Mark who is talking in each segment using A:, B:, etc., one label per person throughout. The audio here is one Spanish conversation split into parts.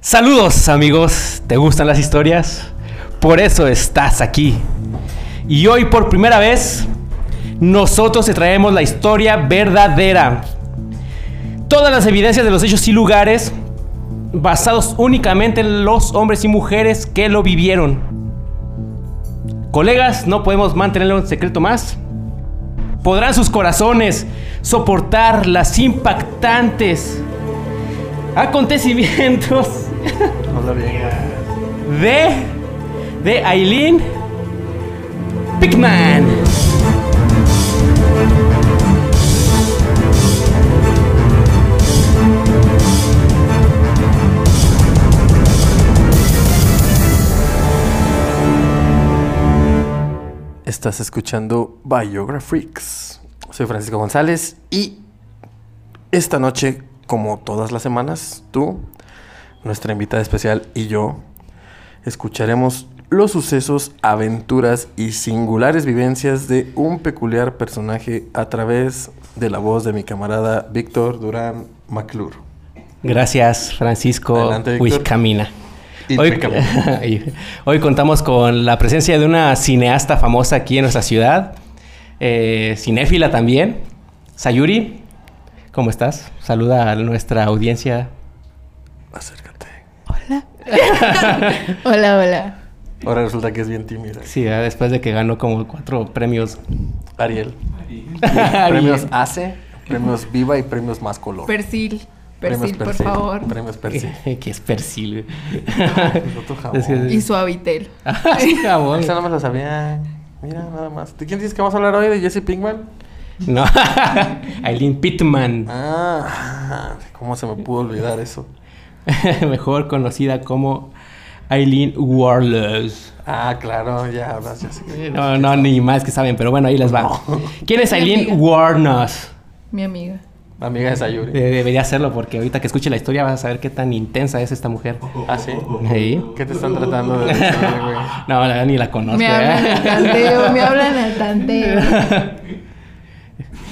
A: Saludos amigos, ¿te gustan las historias? Por eso estás aquí. Y hoy por primera vez, nosotros te traemos la historia verdadera. Todas las evidencias de los hechos y lugares basados únicamente en los hombres y mujeres que lo vivieron. Colegas, no podemos mantenerlo en secreto más. ¿Podrán sus corazones soportar las impactantes acontecimientos de de Aileen Pickman.
B: Estás escuchando Biographics. Soy Francisco González y esta noche, como todas las semanas, tú, nuestra invitada especial y yo, escucharemos los sucesos, aventuras y singulares vivencias de un peculiar personaje a través de la voz de mi camarada Víctor Durán McClure.
A: Gracias, Francisco
B: Adelante, Víctor.
A: Huizcamina. Hoy,
B: Impecable.
A: hoy contamos con la presencia de una cineasta famosa aquí en nuestra ciudad, eh, cinéfila también. Sayuri, ¿cómo estás? Saluda a nuestra audiencia.
B: Acércate.
C: Hola. hola, hola.
B: Ahora resulta que es bien tímida.
A: Sí, ¿verdad? después de que ganó como cuatro premios.
B: Ariel. premios ACE, premios Viva y premios Más Color.
C: Persil.
B: Premios
C: Persil, por favor.
B: Premios Persil.
A: que es persil.
B: Pues otro jabón.
A: Es que-
C: Y suavitel.
A: Ah, sí, jabón.
B: Esa no me lo sabía. Mira, nada más. ¿De quién dices que vamos a hablar hoy? ¿De Jesse Pinkman?
A: No. Aileen Pittman,
B: Ah, ¿cómo se me pudo olvidar eso?
A: mejor conocida como Aileen Warless.
B: Ah, claro, ya hablas, ya sé.
A: No, no, ni más que saben, pero bueno, ahí les va.
B: No.
A: ¿Quién es
C: Mi
A: Aileen
C: amiga.
A: Warnos?
C: Mi amiga.
B: La amiga de
A: De-
B: Sayuri.
A: Debería hacerlo porque ahorita que escuche la historia vas a saber qué tan intensa es esta mujer.
B: Ah, sí.
A: Sí.
B: ¿Qué te están tratando de decir, güey?
A: No, la verdad ni la conozco.
C: me hablan
A: ¿eh?
C: al tanteo, me hablan al tanteo.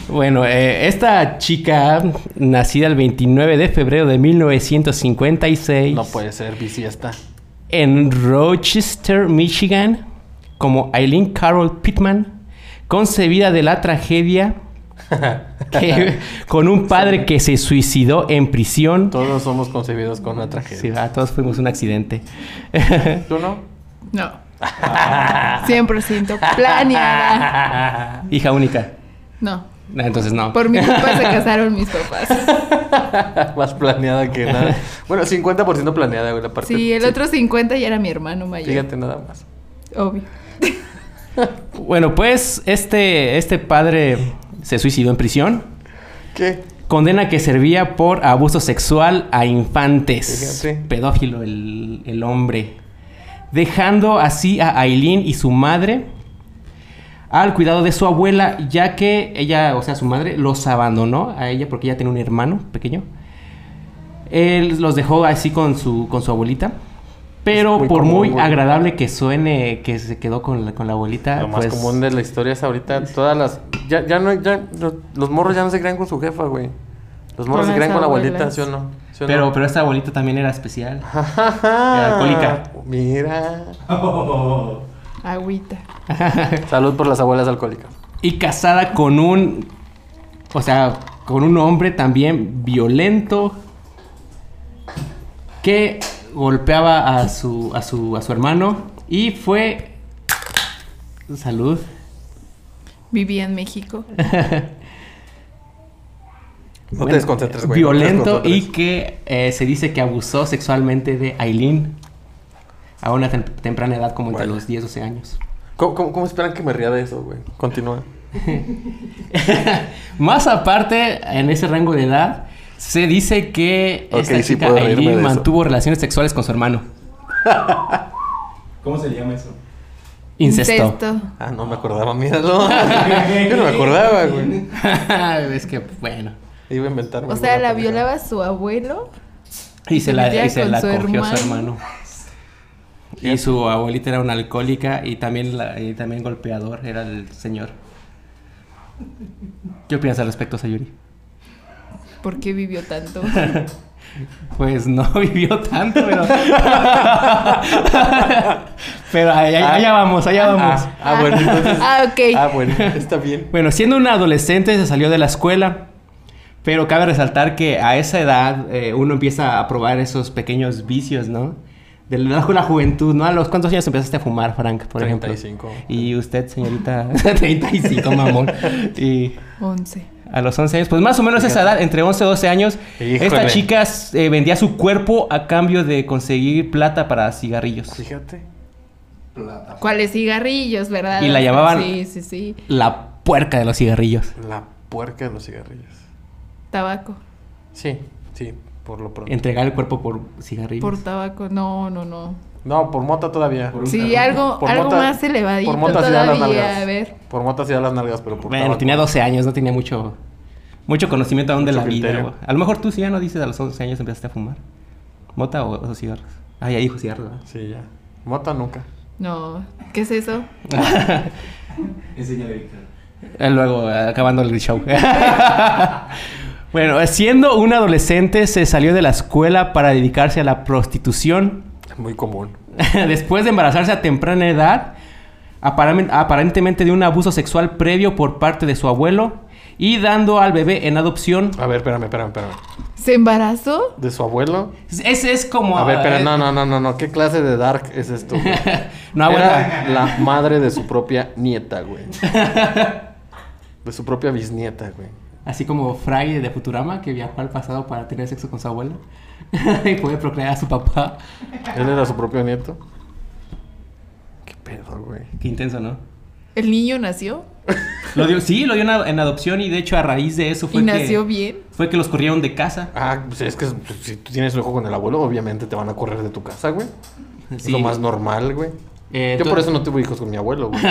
A: Bueno, eh, esta chica, nacida el 29 de febrero de 1956
B: No puede ser bisiesta.
A: en Rochester, Michigan, como Eileen Carol Pittman, concebida de la tragedia que- con un padre que se suicidó en prisión.
B: Todos somos concebidos con una
A: Sí,
B: tragedia.
A: ah, todos fuimos un accidente.
B: ¿Tú no?
C: No.
A: Ah.
C: 100% planeada.
A: Hija única.
C: No.
A: No, entonces no.
C: Por mi culpa se casaron mis papás.
B: Más planeada que nada. Bueno, 50% planeada, güey, la parte.
C: Sí, el otro 50 ya era mi hermano mayor.
B: Fíjate nada más.
C: Obvio.
A: Bueno, pues este, este padre se suicidó en prisión.
B: ¿Qué?
A: Condena que servía por abuso sexual a infantes.
B: Fíjate.
A: Pedófilo el, el hombre. Dejando así a Aileen y su madre al cuidado de su abuela, ya que ella, o sea, su madre los abandonó a ella porque ella tenía un hermano pequeño. Él los dejó así con su, con su abuelita. Pero
B: Es muy
A: por
B: común,
A: muy
B: güey.
A: agradable que suene que se quedó con la, con la abuelita,
B: Lo más
A: pues,
B: común de la historia es ahorita todas las... Ya, ya no, ya, los, los morros ya no se crean con su jefa, güey. Los morros
C: Con
B: se crean
C: las
B: con la abuelita,
C: abuelas.
B: ¿sí o no? ¿Sí o
A: Pero,
B: no?
A: pero esta abuelita también era especial.
B: Era
A: alcohólica.
B: Mira.
C: Agüita.
B: Salud por las abuelas alcohólicas.
A: Y casada con un. O sea, con un hombre también violento. Que golpeaba a su, a su, a su hermano. Y fue. Salud.
C: Viví en México.
B: No
A: Bueno,
B: te desconcentres, güey.
A: Violento y que eh, se dice que abusó sexualmente de Aileen. A una tem- temprana edad, como entre
B: Bueno.
A: los 10, 12 años.
B: ¿Cómo, cómo, cómo esperan que me ría de eso, güey? Continúa.
A: Más aparte, en ese rango de edad, se dice que
B: Ok,
A: esta
B: sí
A: chica
B: puedo reírme
A: Aileen
B: de eso.
A: mantuvo relaciones sexuales con su hermano.
D: ¿Cómo se le llama eso?
A: Incesto.
B: Ah, no me acordaba, míralo. Yo no me acordaba, güey.
A: es que, bueno.
B: Iba a inventar.
C: O sea, la violaba su abuelo.
A: Y se
C: Se
A: la,
C: metía
A: y se
C: con
A: la
C: su
A: cogió a su hermano.
C: hermano.
A: Y su abuelita era una alcohólica y también, la- y también golpeador, era el señor. ¿Qué opinas al respecto, Sayuri?
C: ¿Por qué vivió tanto?
A: Pues no vivió tanto, pero. pero ahí- ahí- allá vamos, allá vamos.
B: Ah, ah, bueno, entonces.
C: Ah, ok.
B: Ah, bueno, está bien.
A: Bueno, siendo un adolescente se salió de la escuela, pero cabe resaltar que a esa edad eh, uno empieza a probar esos pequeños vicios, ¿no? De la, de la juventud, ¿no? ¿A los cuántos años empezaste a fumar, Frank, por ejemplo?
B: 35.
A: Y usted, señorita, 35, mamón. Y
C: 11.
A: a los 11 años, pues más o menos a esa edad, entre 11 y 12 años,
B: Híjole.
A: esta chica eh, vendía su cuerpo a cambio de conseguir plata para cigarrillos.
B: Fíjate. La,
C: ¿Cuáles cigarrillos, verdad?
A: Y la llamaban-
C: Sí, sí, sí.
A: La puerca de los cigarrillos.
B: la puerca de los cigarrillos.
C: Tabaco.
B: Sí, sí, por lo pronto.
A: Entregar el cuerpo por cigarrillos.
C: Por tabaco. No, no, no.
B: No, por mota todavía.
A: Por-
C: Sí, algo,
B: Por
C: algo
B: mota-
C: más elevadito
B: Por mota se da las nalgas.
C: todavía. A ver.
B: Por mota se da las nalgas, pero por
A: Bueno,
B: tabaco.
A: tenía 12 años, no tenía mucho mucho conocimiento aún de
B: Mucho
A: la vida.
B: criterio.
A: güey. A lo mejor tú sí ya no dices a los 11 años empezaste a fumar. ¿Mota o, o cigarros? Ah, ya dijo cigarros. ¿verdad?
B: Sí, ya. Mota nunca.
C: No. ¿Qué es eso?
D: Enséñale, Víctor.
A: Eh, Luego, eh, acabando el show. bueno, eh, siendo un adolescente, se salió de la escuela para dedicarse a la prostitución.
B: Es muy común.
A: Después de embarazarse a temprana edad, aparame- aparentemente de un abuso sexual previo por parte de su abuelo y dando al bebé en adopción.
B: A ver, espérame, espérame, espérame.
C: ¿Se embarazó?
B: ¿De su abuelo?
A: Ese es como...
B: A ver, espera,
A: eh,
B: no, no, no, no, no. ¿Qué clase de dark es esto? güey?
A: No, aguanta.
B: Era la madre de su propia nieta, güey. De su propia bisnieta, güey.
A: Así como Fry de Futurama que viajó al pasado para tener sexo con su abuela y puede procrear a su papá.
B: Él era su propio nieto. Qué pedo, güey.
A: Qué intenso, ¿no?
C: ¿El niño nació?
A: Lo dio, sí, lo dio en, en adopción y de hecho a raíz de eso
C: ¿Y
A: fue que
C: nació bien?
A: fue que los corrieron de casa.
B: Ah, pues es que si tú tienes un hijo con el abuelo, obviamente te van a correr de tu casa, güey. Es
A: Sí.
B: lo más normal, güey.
A: Eh,
B: Yo
A: tú-
B: por eso no tuve hijos con mi abuelo, güey.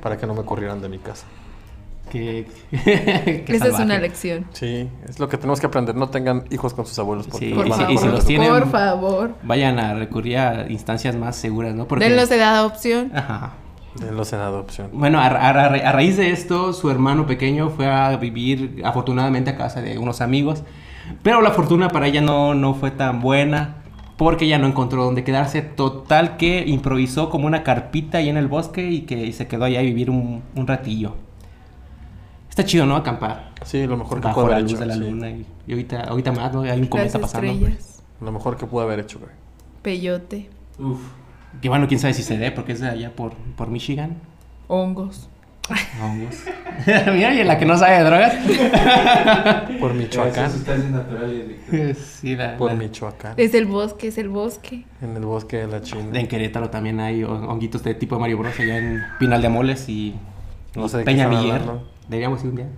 B: para que no me corrieran de mi casa.
A: Que,
C: Esa es una lección.
B: Sí, es lo que tenemos que aprender. No tengan hijos con sus abuelos.
A: Sí,
B: Porque
A: y
B: los van
A: si-
B: a
A: y si
B: correr
A: los
B: de-
A: tienen-
C: Por favor.
A: Vayan a recurrir a instancias más seguras, ¿no?
C: Denlos de adopción.
A: Ajá.
B: Denlos en adopción.
A: Bueno, a, ra- a ra- a raíz de esto, su hermano pequeño fue a vivir afortunadamente a casa de unos amigos, pero la fortuna para ella no, no fue tan buena porque ya no encontró dónde quedarse. Total que improvisó como una carpita ahí en el bosque y que se quedó allá a vivir un, un ratillo. Está chido, ¿no? Acampar.
B: Sí, lo mejor que
A: bajo
B: pude
A: la
B: haber
A: luz
B: hecho.
A: de la
B: sí.
A: luna. Y, y ahorita, ahorita más, ¿no? Hay un
C: Las
A: cometa pasando.
C: estrellas.
B: Lo mejor que pude haber hecho, güey.
C: Peyote.
D: Uf.
A: pues. Que bueno, quién sabe si se dé porque es de allá por, por Michigan.
C: Hongos.
A: Hongos. Mira, y la que no sabe de drogas.
B: Por Michoacán.
D: Esas sustancias naturales, Víctor.
A: sí, la-
B: Por
A: la-
B: Michoacán.
C: Es el bosque, es el bosque.
B: En el bosque de la China.
A: En Querétaro también hay hon- honguitos de tipo Mario Bros. allá en Pinal de Amoles y
B: No sé de qué
A: Peña
B: están
A: Miller.
B: hablando.
A: Deberíamos ir un día.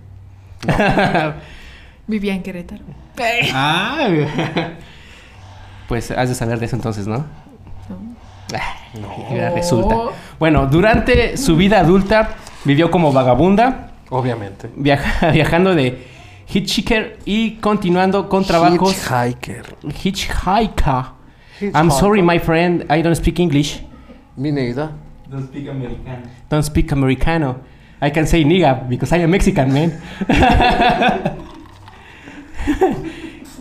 C: Vivía en Querétaro.
A: ah, pues has de saber de eso entonces, ¿no?
C: No.
B: No.
A: Mira,
C: Oh.
A: Resulta. Bueno, durante su vida adulta vivió como vagabunda,
B: Obviamente.
A: viaja- viajando de hitchhiker y continuando con trabajos
B: Hitchhiker.
A: hitchhiker. I'm sorry, my friend, I don't speak English.
B: Mi neida.
D: No speak americano.
A: Don't speak americano. I can say nigga because I am Mexican, man.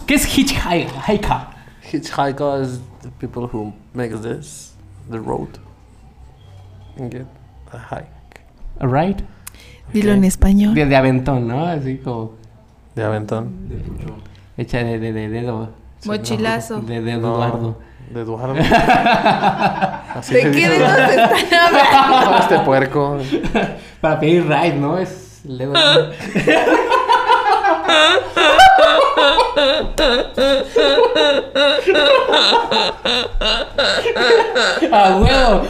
A: ¿Qué es hitchhiker?
B: Hitchhiker is the people who make this, the road. And get a hike.
A: Right?
C: Dilo en español.
A: De, de aventón, ¿no? Así como
B: De aventón.
D: De pucho.
A: hecha de, de, de dedo.
C: Mochilazo.
A: De dedo,
B: No,
A: Eduardo.
B: De Eduardo. Así
C: ¿De
B: se
C: qué
B: dice.
C: de nos están hablando?
B: No, este puerco.
A: Para pedir ride, ¿no? Es el dedo. Eduardo. ¡A Ah, huevo!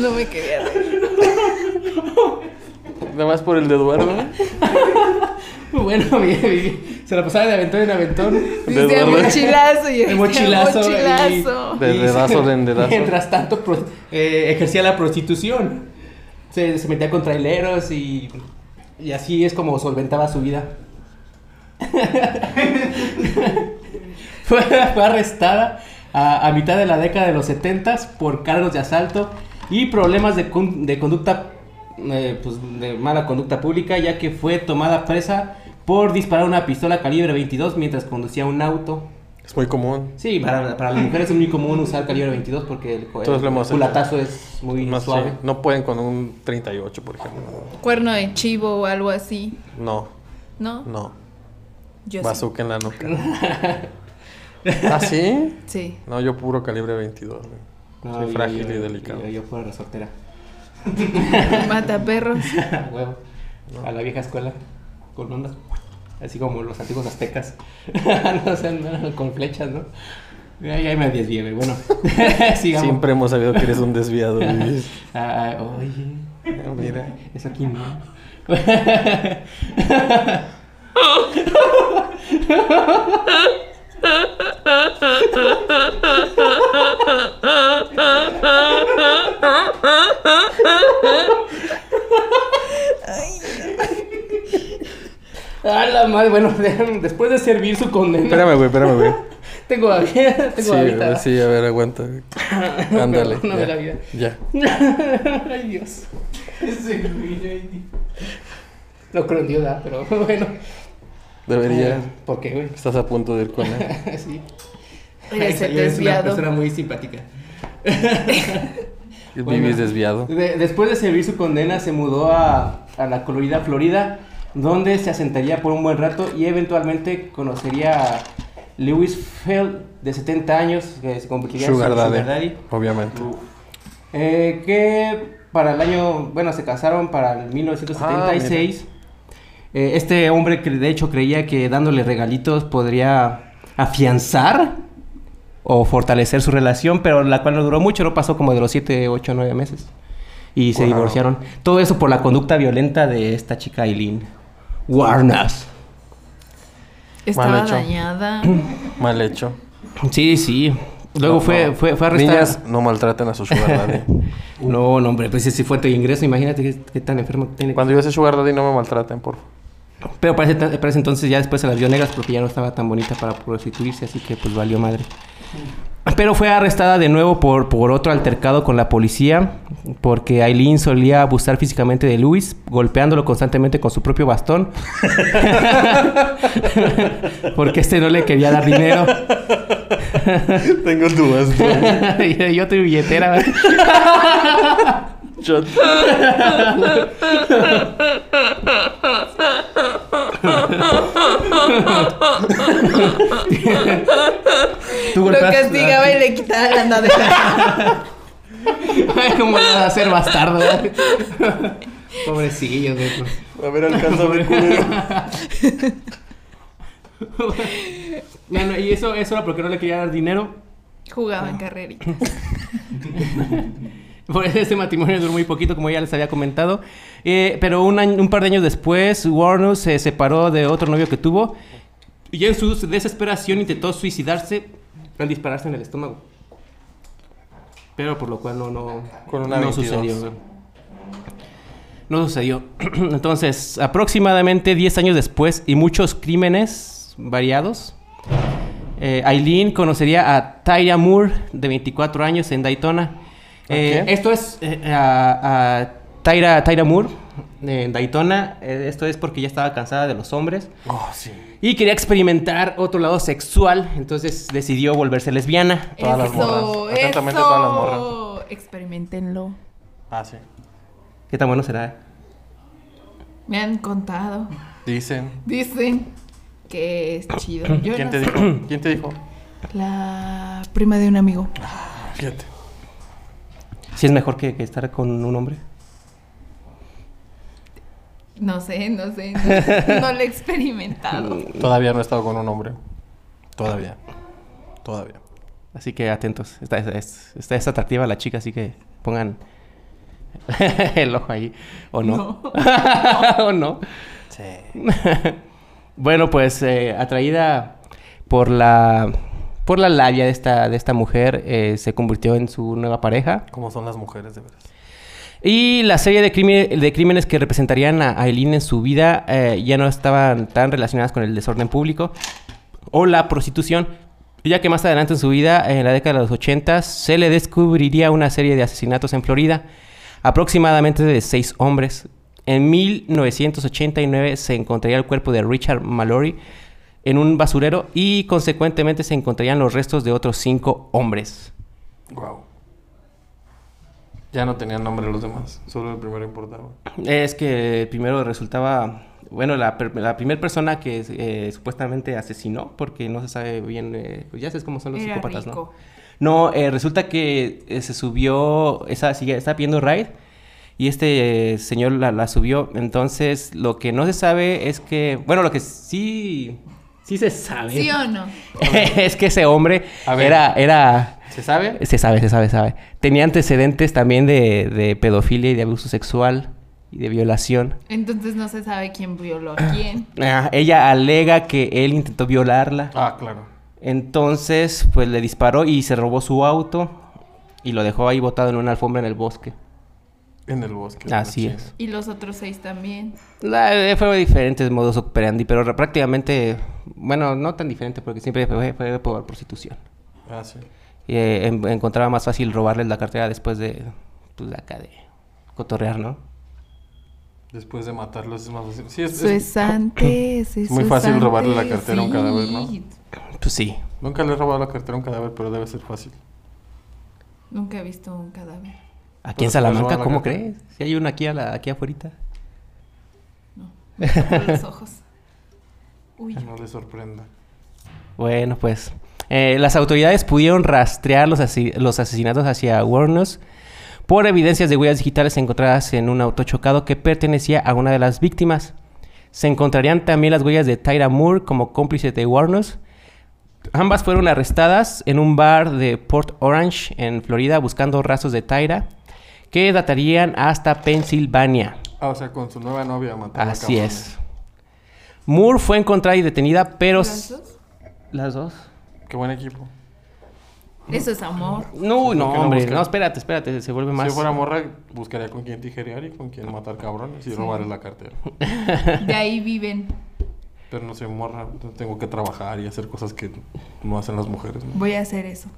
C: No me quería reír.
B: Nada más por el de Eduardo.
A: Bueno, bien, bien. se la pasaba de aventón en aventón.
B: De
C: Dice
B: Eduardo.
C: mochilazo. Y yo
A: El
C: decía,
A: mochilazo,
C: mochilazo.
B: De
A: Y-
B: dedazo en dedazo.
A: Mientras tanto, pro- eh, ejercía la prostitución. Se, se metía con traileros y, y así es como solventaba su vida. fue, fue arrestada a, a mitad de la década de los 70 por cargos de asalto y problemas de, con- de conducta eh, pues, de mala conducta pública, ya que fue tomada presa por disparar una pistola calibre 22 mientras conducía un auto.
B: Es muy común.
A: Sí, para, para las mujeres es muy común usar calibre 22 porque el, co-
B: Todos lo hemos
A: el culatazo es muy
B: Más
A: suave.
B: sí, No pueden con un 38, por ejemplo.
C: Cuerno de chivo o algo así,
B: No,
C: ¿no?
B: no.
C: Yo sí.
B: Bazooka en la nuca. ¿Ah, sí?
C: Sí.
B: No, yo puro calibre 22. güey.
A: No,
B: Soy
A: yo-
B: frágil
A: yo-
B: y delicado.
A: Yo, yo fuera resortera.
C: Mata perros.
A: A huevo. A la vieja escuela. Con ondas. Así como los antiguos aztecas. no, o sea, no, con flechas, ¿no? Ahí, ahí me desvié, güey. Bueno, sigamos.
B: Siempre hemos sabido que eres un desviado. güey.
A: Ah, ah, oye.
B: Ah, Mira.
A: Eso aquí no. A la madre, bueno, después de servir su condena,
B: Espérame, güey, espérame, güey.
A: tengo a tengo
B: Sí,
A: ahorita.
B: güey, sí, a ver, aguanta. güey. Ándale.
A: Perdóname
B: ya,
A: la vida.
B: ya.
A: Ay, Dios.
D: Ese güey, ay,
A: No creo en Dios, ¿verdad? pero bueno.
B: Debería.
A: ¿Por qué, güey?
B: Estás a punto de ir con él.
A: sí.
C: Eres el
A: Yo es una
C: desviado.
A: persona muy simpática. Bueno.
B: Vivís desviado.
A: De- después de servir su condena, se mudó a, a la colorida Florida, donde se asentaría por un buen rato y eventualmente conocería a Lewis Feld, de 70 años, que se convertiría
B: Sugar
A: en su
B: Daddy.
A: sugar daddy.
B: Obviamente.
D: Uf.
A: Eh, que para el año, bueno, se casaron para el 1976. Eh, este hombre que de hecho creía que dándole regalitos podría afianzar o fortalecer su relación, pero la cual no duró mucho, no pasó como de los 7, 8, 9 meses. Y se
B: Wow.
A: divorciaron. Todo eso por la conducta violenta de esta chica Eileen Warnas.
C: Estaba
B: hecho.
C: dañada.
B: Mal hecho.
A: Sí, sí. Luego
B: No,
A: fue,
B: no.
A: fue, fue arrestada.
B: Niñas, no maltraten a su sugar daddy.
A: No, no, hombre, pues si fue tu ingreso, imagínate qué, qué tan enfermo tiene que
B: Cuando yo sea sugar daddy, no me maltraten, por favor.
A: Pero para ese, ta- para ese entonces ya después se las vio negras porque ya no estaba tan bonita para prostituirse, así que pues valió madre. Pero fue arrestada de nuevo por, por otro altercado con la policía, porque Aileen solía abusar físicamente de Luis, golpeándolo constantemente con su propio bastón, porque este no le quería dar dinero.
B: Tengo dudas.
A: Y Yo tu billetera. Tú
C: Lo
A: golpeas-
C: castigaba y le quitaba la andadera.
A: ¿Cómo le vas a hacer bastardo? Pobrecillo, güey. pues.
B: A ver, alcanza a ver
A: No, no, y eso, eso era porque no le quería dar dinero.
C: Jugaban carrerita.
A: Por eso este matrimonio duró muy poquito, como ya les había comentado. Eh, pero un, año- un par de años después, Warner se separó de otro novio que tuvo. Y en su desesperación intentó suicidarse al dispararse en el estómago. Pero por lo cual no, no,
B: Con una
A: no
B: 22.
A: sucedió. güey. No sucedió. Entonces, aproximadamente 10 años después y muchos crímenes variados, eh, Aileen conocería a Tyra Moore, de 24 años, en Daytona. Eh,
B: Ok.
A: esto es eh, a, a Tyra, Tyra Moore, eh, en Daytona. eh, esto es porque ya estaba cansada de los hombres
B: Oh, sí.
A: y quería experimentar otro lado sexual. Entonces decidió volverse lesbiana.
B: Todas las
C: eso,
B: morras. Atentamente
C: eso.
B: todas las morras.
C: Experimentenlo.
B: Ah, sí.
A: ¿Qué tan bueno será?
C: Me han contado.
B: Dicen.
C: Dicen que es chido. Yo
B: ¿Quién
C: no
B: te
C: sé.
B: dijo? ¿Quién te dijo?
C: La prima de un amigo.
B: Ah. Fíjate.
A: Si es mejor que, que estar con un hombre.
C: No sé, no sé. No, no lo he experimentado.
B: Todavía no he estado con un hombre. Todavía. Todavía.
A: Así que atentos. Está, es, está- es atractiva la chica, así que pongan el ojo ahí. ¿O no? ¿O no?
B: Sí.
A: Bueno, pues eh, atraída por la por la labia de esta, de esta mujer, eh, se convirtió en su nueva pareja.
B: Como son las mujeres, de veras.
A: Y la serie de, crimi- de crímenes que representarían a Aileen en su vida eh, ya no estaban tan relacionadas con el desorden público o la prostitución, ya que más adelante en su vida, en la década de los 80, se le descubriría una serie de asesinatos en Florida. aproximadamente de seis hombres. En 1989 se encontraría el cuerpo de Richard Mallory en un basurero y consecuentemente se encontrarían los restos de otros cinco hombres.
B: Wow. Ya no tenían nombre los demás, solo el primero importaba.
A: Es que primero resultaba, bueno, la, per- la primera persona que eh, supuestamente asesinó, porque no se sabe bien, eh, pues ya sabes cómo son los
C: Era
A: psicópatas,
C: rico.
A: ¿no? No, eh, resulta que eh, se subió, esa, sigue- estaba pidiendo raid y este eh, señor la, la subió, entonces lo que no se sabe es que, bueno, lo que sí, sí se sabe.
C: ¿Sí o no?
A: es que ese hombre
B: A ver.
A: era, era,
B: ¿Se sabe?
A: se sabe, se sabe, se sabe. Tenía antecedentes también de, de pedofilia y de abuso sexual y de violación.
C: Entonces no se sabe quién violó a quién.
A: Ah, ella alega que él intentó violarla.
B: Ah, claro.
A: Entonces, pues le disparó y se robó su auto y lo dejó ahí botado en una alfombra en el bosque.
B: En el bosque.
A: Así
B: Sí.
A: es.
C: Y los otros seis también.
A: La, eh, fue diferentes modos operandi, pero re- prácticamente, bueno, no tan diferente porque siempre fue, fue por prostitución.
B: Ah, sí.
A: Y, eh, en- encontraba más fácil robarles la cartera después de, pues, de acá de cotorrear, ¿no?
B: Después de matarlos es más fácil. Sí, es,
C: Eso
B: es-
C: es antes.
B: muy
C: eso
B: fácil
C: es
B: robarle la
C: antes,
B: cartera a un cadáver, ¿no?
C: sí.
A: Pues sí,
B: Nunca le he robado la cartera a un cadáver, pero debe ser fácil.
C: Nunca he visto un cadáver.
A: Aquí en
B: Pues, pues,
A: Salamanca,
B: van a
A: ¿cómo
B: caer.
A: crees? Si hay uno aquí, a la, aquí afuera.
C: Me tapo los ojos. Uy,
B: Que no le sorprenda.
A: Bueno, pues. eh, las autoridades pudieron rastrear los, asi- los asesinatos hacia Warnos por evidencias de huellas digitales encontradas en un auto chocado que pertenecía a una de las víctimas. Se encontrarían también las huellas de Tyra Moore como cómplice de Warnos. Ambas fueron arrestadas en un bar de Port Orange, en Florida, buscando rastros de Tyra que datarían hasta Pensilvania.
B: Ah, o sea, con su nueva novia mató a
A: Así es. Moore fue encontrada y detenida, pero...
C: ¿las dos?
A: ¿Las dos?
B: Qué buen equipo.
C: Eso es amor.
A: No, no,
B: qué no
A: hombre,
B: buscar?
A: no, espérate, espérate, se vuelve
B: Si
A: más.
B: yo fuera morra, buscaría con quién tijerear y con quién matar cabrones y robarle la cartera.
C: De ahí viven.
B: Pero no soy morra, entonces tengo que trabajar y hacer cosas que no hacen las mujeres. ¿no?
C: Voy a hacer eso.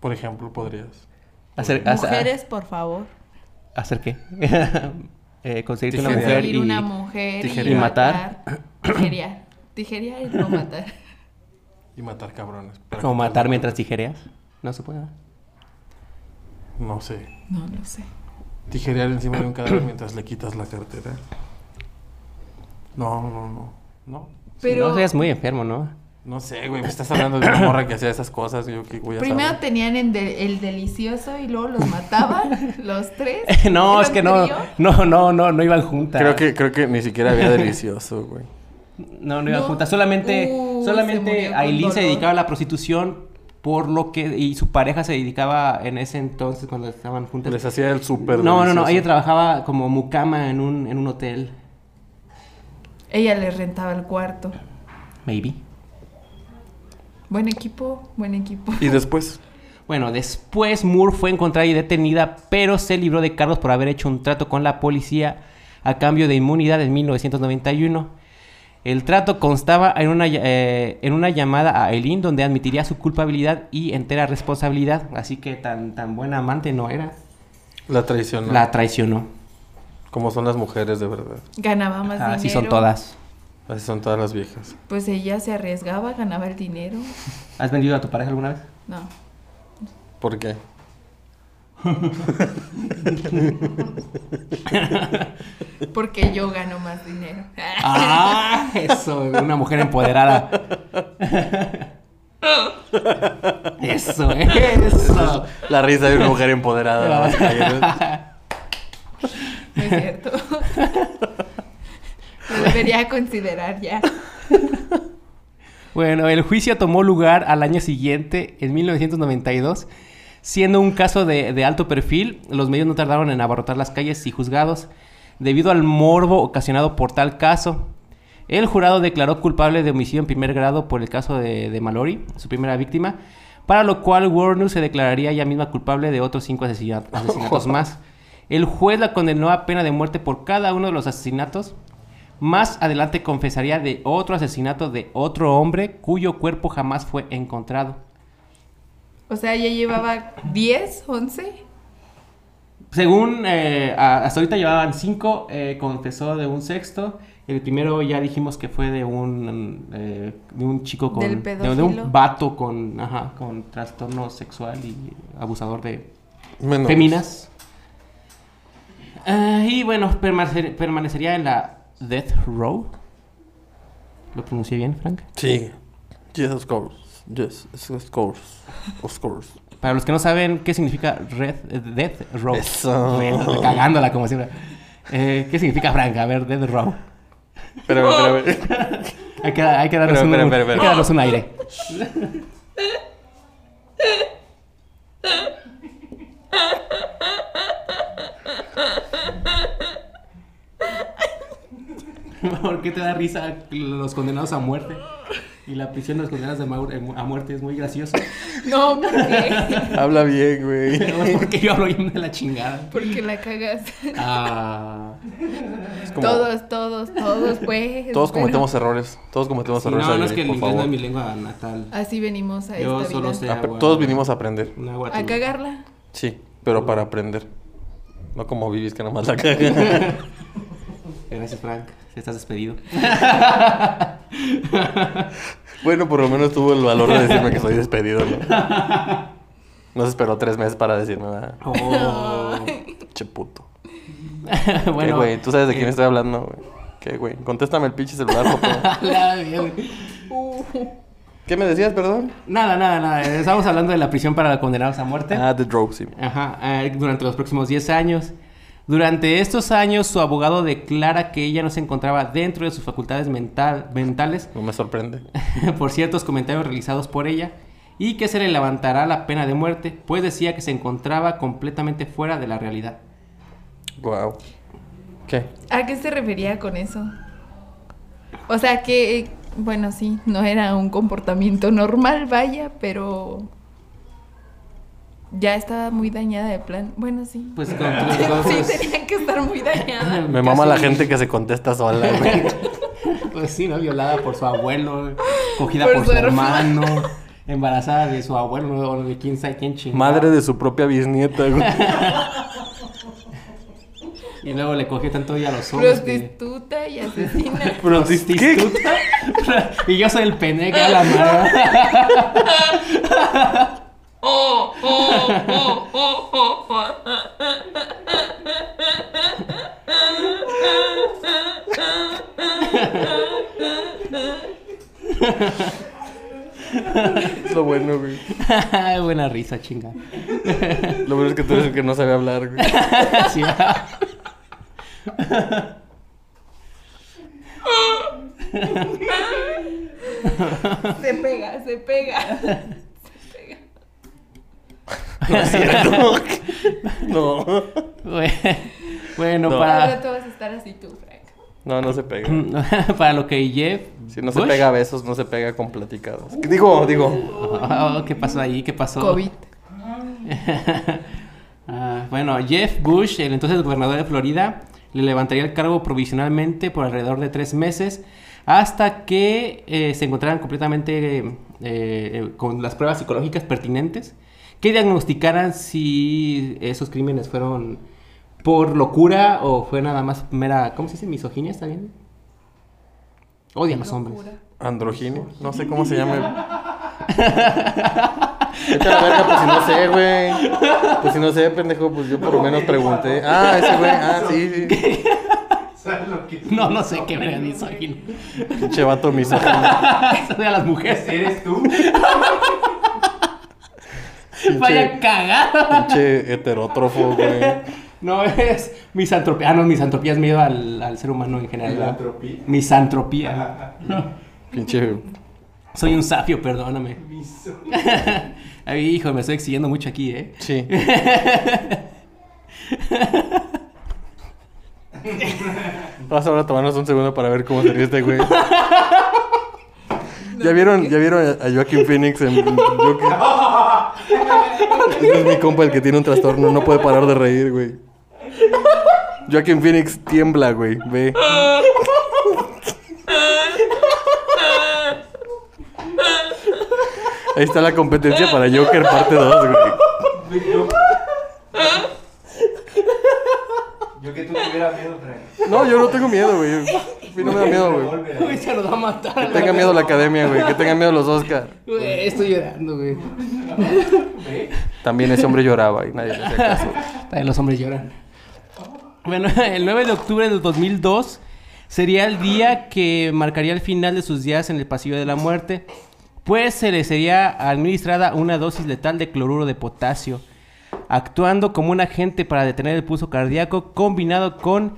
B: Por ejemplo, podrías
A: hacer, hacer- ah,
C: Mujeres, por favor.
A: ¿Hacer qué? Eh, conseguirte una
B: Tijerear.
A: mujer
C: Conseguir
A: y...
C: una mujer
B: tijerear.
A: Y
C: y
A: matar.
C: matar. Tijerear. Tijerear y no matar.
B: y matar cabrones. para
A: O
B: quitarle-
A: matar mientras tijereas. No se puede. ¿verdad?
B: No sé.
C: No lo sé.
B: Tijerear encima de un cadáver mientras le quitas la cartera. No, no, no. No,
C: Pero
A: No seas muy enfermo, ¿no?
B: no sé, güey. Me estás hablando de una morra que hacía esas cosas. Yo qué voy a
C: primero
B: saber.
C: tenían el, de- el delicioso y luego los mataban los tres.
A: no,
C: ¿El
A: es que no,
C: anterior?
A: no, no, no, no iban juntas.
B: Creo que, creo que ni siquiera había delicioso, güey.
A: No, no iban
C: No.
A: juntas. Solamente,
C: Uy, se
A: solamente
C: murió con
A: Aileen se
C: dolor.
A: dedicaba a la prostitución por lo que... Y su pareja se dedicaba en ese entonces cuando estaban juntas.
B: Les hacía el súper
A: No, no, no,
B: delicioso.
A: ella trabajaba como mucama en un, en un hotel.
C: Ella les rentaba el cuarto.
A: Maybe.
C: Buen equipo, buen equipo.
B: Y después,
A: Bueno, después Moore fue encontrada y detenida, pero se libró de cargos por haber hecho un trato con la policía a cambio de inmunidad en 1991. El trato constaba en una, ll- eh, en una llamada a Eileen donde admitiría su culpabilidad y entera responsabilidad, así que tan, tan buena amante no era.
B: la traición.
A: La traicionó.
B: Como son las mujeres, de verdad.
C: Ganaba más dinero.
A: Así Ah, son todas.
B: Así son todas las viejas.
C: Pues ella se arriesgaba, ganaba el dinero.
A: ¿Has vendido a tu pareja alguna vez?
C: No.
B: ¿Por qué?
C: Porque yo gano más dinero.
A: ¡Ah! Eso, una mujer empoderada. Eso, eso.
B: La risa de una mujer empoderada. la vas a caer, ¿eh?
C: No es cierto. Lo debería considerar ya.
A: Bueno, el juicio tomó lugar al año siguiente, en 1992. Siendo un caso de, de alto perfil, los medios no tardaron en abarrotar las calles y juzgados debido al morbo ocasionado por tal caso. El jurado declaró culpable de homicidio en primer grado por el caso de, de Mallory, su primera víctima, para lo cual Warner se declararía ella misma culpable de otros cinco asesina- asesinatos más. El juez la condenó a pena de muerte por cada uno de los asesinatos. Más adelante confesaría de otro asesinato de otro hombre cuyo cuerpo jamás fue encontrado.
C: O sea, ya llevaba 10, 11.
A: Según eh, a- hasta ahorita llevaban cinco, eh, confesó de un sexto. El primero ya dijimos que fue de un, eh, de un chico con...
C: Del
A: de- De
C: pedófilo.
A: un vato con, ajá, con trastorno sexual y abusador de
B: Menos.
A: feminas. Ah, y bueno, permanecer- permanecería en la Death Row. ¿Lo pronuncié bien, Frank?
B: Sí. Yes, of course. Yes, of course. Of course.
A: Para los que no saben qué significa Red, eh, Death Row.
B: Eso.
A: Bueno, Cagándola como siempre. Eh, ¿Qué significa Frank? A ver, Death Row.
B: Espérame, espérame.
A: Hay que, hay que darles,
B: Espera,
A: un,
B: espera, espera,
A: hay que darles
B: espera.
A: un aire. ¿Por qué te da risa los condenados a muerte? Y la prisión de los condenados de mau- eh, a muerte es muy gracioso.
C: No, porque,
B: Habla bien,
A: Pero es
B: güey.
A: porque yo hablo bien de la chingada.
C: porque la cagas.
A: Ah,
B: Es como-
C: Todos, todos, todos, pues.
B: Todos
C: pero
B: cometemos errores. Todos cometemos
A: sí,
B: errores.
A: no, no
B: Adrián,
A: es que el
B: por
A: inglés no
B: favor.
A: es mi lengua natal.
C: Así venimos a
A: Yo
C: esta
A: solo
C: vida.
A: sé-
B: Apre-
A: Ah,
B: Todos
A: bueno.
B: vinimos a aprender.
A: Una
C: A
A: guatulina.
C: cagarla.
B: Sí, pero para aprender. No como vivís que nada más la caga.
A: Gracias, Frank. Estás despedido.
B: bueno, por lo menos tuvo el valor de decirme que soy despedido, ¿no? No se esperó tres meses para decirme, ¿verdad?
A: Oh.
B: Che puto. ¿Qué,
A: bueno,
B: güey? ¿Tú sabes de quién
A: eh,
B: estoy hablando, güey? ¿Qué, güey? Contéstame el pinche celular, por favor.
A: la mierda.
B: ¿Qué me decías, perdón?
A: nada, nada, nada. Estamos hablando de la prisión para condenados a muerte.
B: Ah, The Drogue, sí.
A: Ajá, eh, durante los próximos 10 años. Durante estos años, su abogado declara que ella no se encontraba dentro de sus facultades mental- mentales
B: No me sorprende.
A: por ciertos comentarios realizados por ella y que se le levantará la pena de muerte, pues decía que se encontraba completamente fuera de la realidad.
B: Wow. ¿Qué?
C: ¿A qué se refería con eso? O sea que, eh, bueno, sí, no era un comportamiento normal, vaya, pero ya estaba muy dañada de plan. Bueno, sí.
A: Pues con tres
C: sí,
A: cosas.
C: tenía que estar muy dañada.
B: Me mama la
A: Casi-
B: gente que se contesta sola, güey.
A: Pues sí, ¿no? Violada por su abuelo, cogida por,
C: Por
A: su
C: su
A: hermano, embarazada de su abuelo o de quién sabe quién chingado.
B: Madre de su propia bisnieta, güey.
A: Y luego le cogió tanto día a los hombres. que-
C: Prostituta y asesina.
B: ¿Qué?
A: Prostituta. y yo soy el pene que a la madre.
C: Oh, oh, oh, oh, oh, oh.
B: Es lo bueno, güey.
A: Ay, Buena risa, chinga.
B: Lo bueno es que tú eres el que no sabe hablar, güey.
A: Sí, ah.
C: Se pega, se pega.
B: No es cierto. No.
A: Bueno,
B: No.
A: para.
C: Ahora tú vas a estar así tú, Frank.
B: No, no se pega.
A: para lo que Jeff.
B: Si no se
A: Bush-
B: pega a besos, no se pega con platicadas. Digo, digo.
A: Oh, ¿Qué pasó ahí? ¿Qué pasó?
C: COVID.
A: Ah, bueno, Jeff Bush, el entonces gobernador de Florida, le levantaría el cargo provisionalmente por alrededor de tres meses hasta que eh, se encontraran completamente eh, eh, con las pruebas psicológicas pertinentes que diagnosticaran si esos crímenes fueron por locura o fue nada más mera, ¿cómo se dice? Misoginia, ¿está bien? Odia a los hombres.
C: Locura.
B: Androgini. No sé cómo se llama. Vete a la verga, pues si no sé, güey. Pues si no sé, pendejo, pues yo por lo menos pregunté. Ah, ese güey. Ah, sí, sí.
D: ¿Sabes lo que es?
A: No, no sé qué verga misógino.
B: Pinche vato misógino.
A: Odia a las mujeres.
D: ¿Eres tú?
A: Vaya cagada.
B: Pinche heterótrofo, güey.
A: No es misantropía. Ah, no, misantropía es miedo al, al ser humano en general. ¿verdad?
D: Misantropía.
A: Misantropía.
B: Pinche.
A: Soy un sapio, perdóname.
D: Miso.
A: Ay, hijo, me estoy exigiendo mucho aquí, ¿eh?
B: Sí. Vamos ahora a tomarnos un segundo para ver cómo sería este güey. ¿Ya vieron, ya vieron a- a Joaquin Phoenix en... Joaquin- Ese es mi compa el que tiene un trastorno, no puede parar de reír, güey. Joaquin Phoenix tiembla, güey, ve. Ahí está la competencia para Joker parte 2, güey.
D: Yo-
B: miedo, güey. A mí no me da miedo, güey.
D: Revolver.
E: Güey, se nos va a matar.
B: Que tenga miedo la academia, güey. Que tenga miedo los Oscar.
E: Güey, estoy llorando, güey.
D: ¿eh?
B: También ese hombre lloraba y nadie le hacía caso.
E: Ay, los hombres lloran.
A: Bueno, el 9 de octubre del 2002 sería el día que marcaría el final de sus días en el pasillo de la muerte, pues se le sería administrada una dosis letal de cloruro de potasio, actuando como un agente para detener el pulso cardíaco combinado con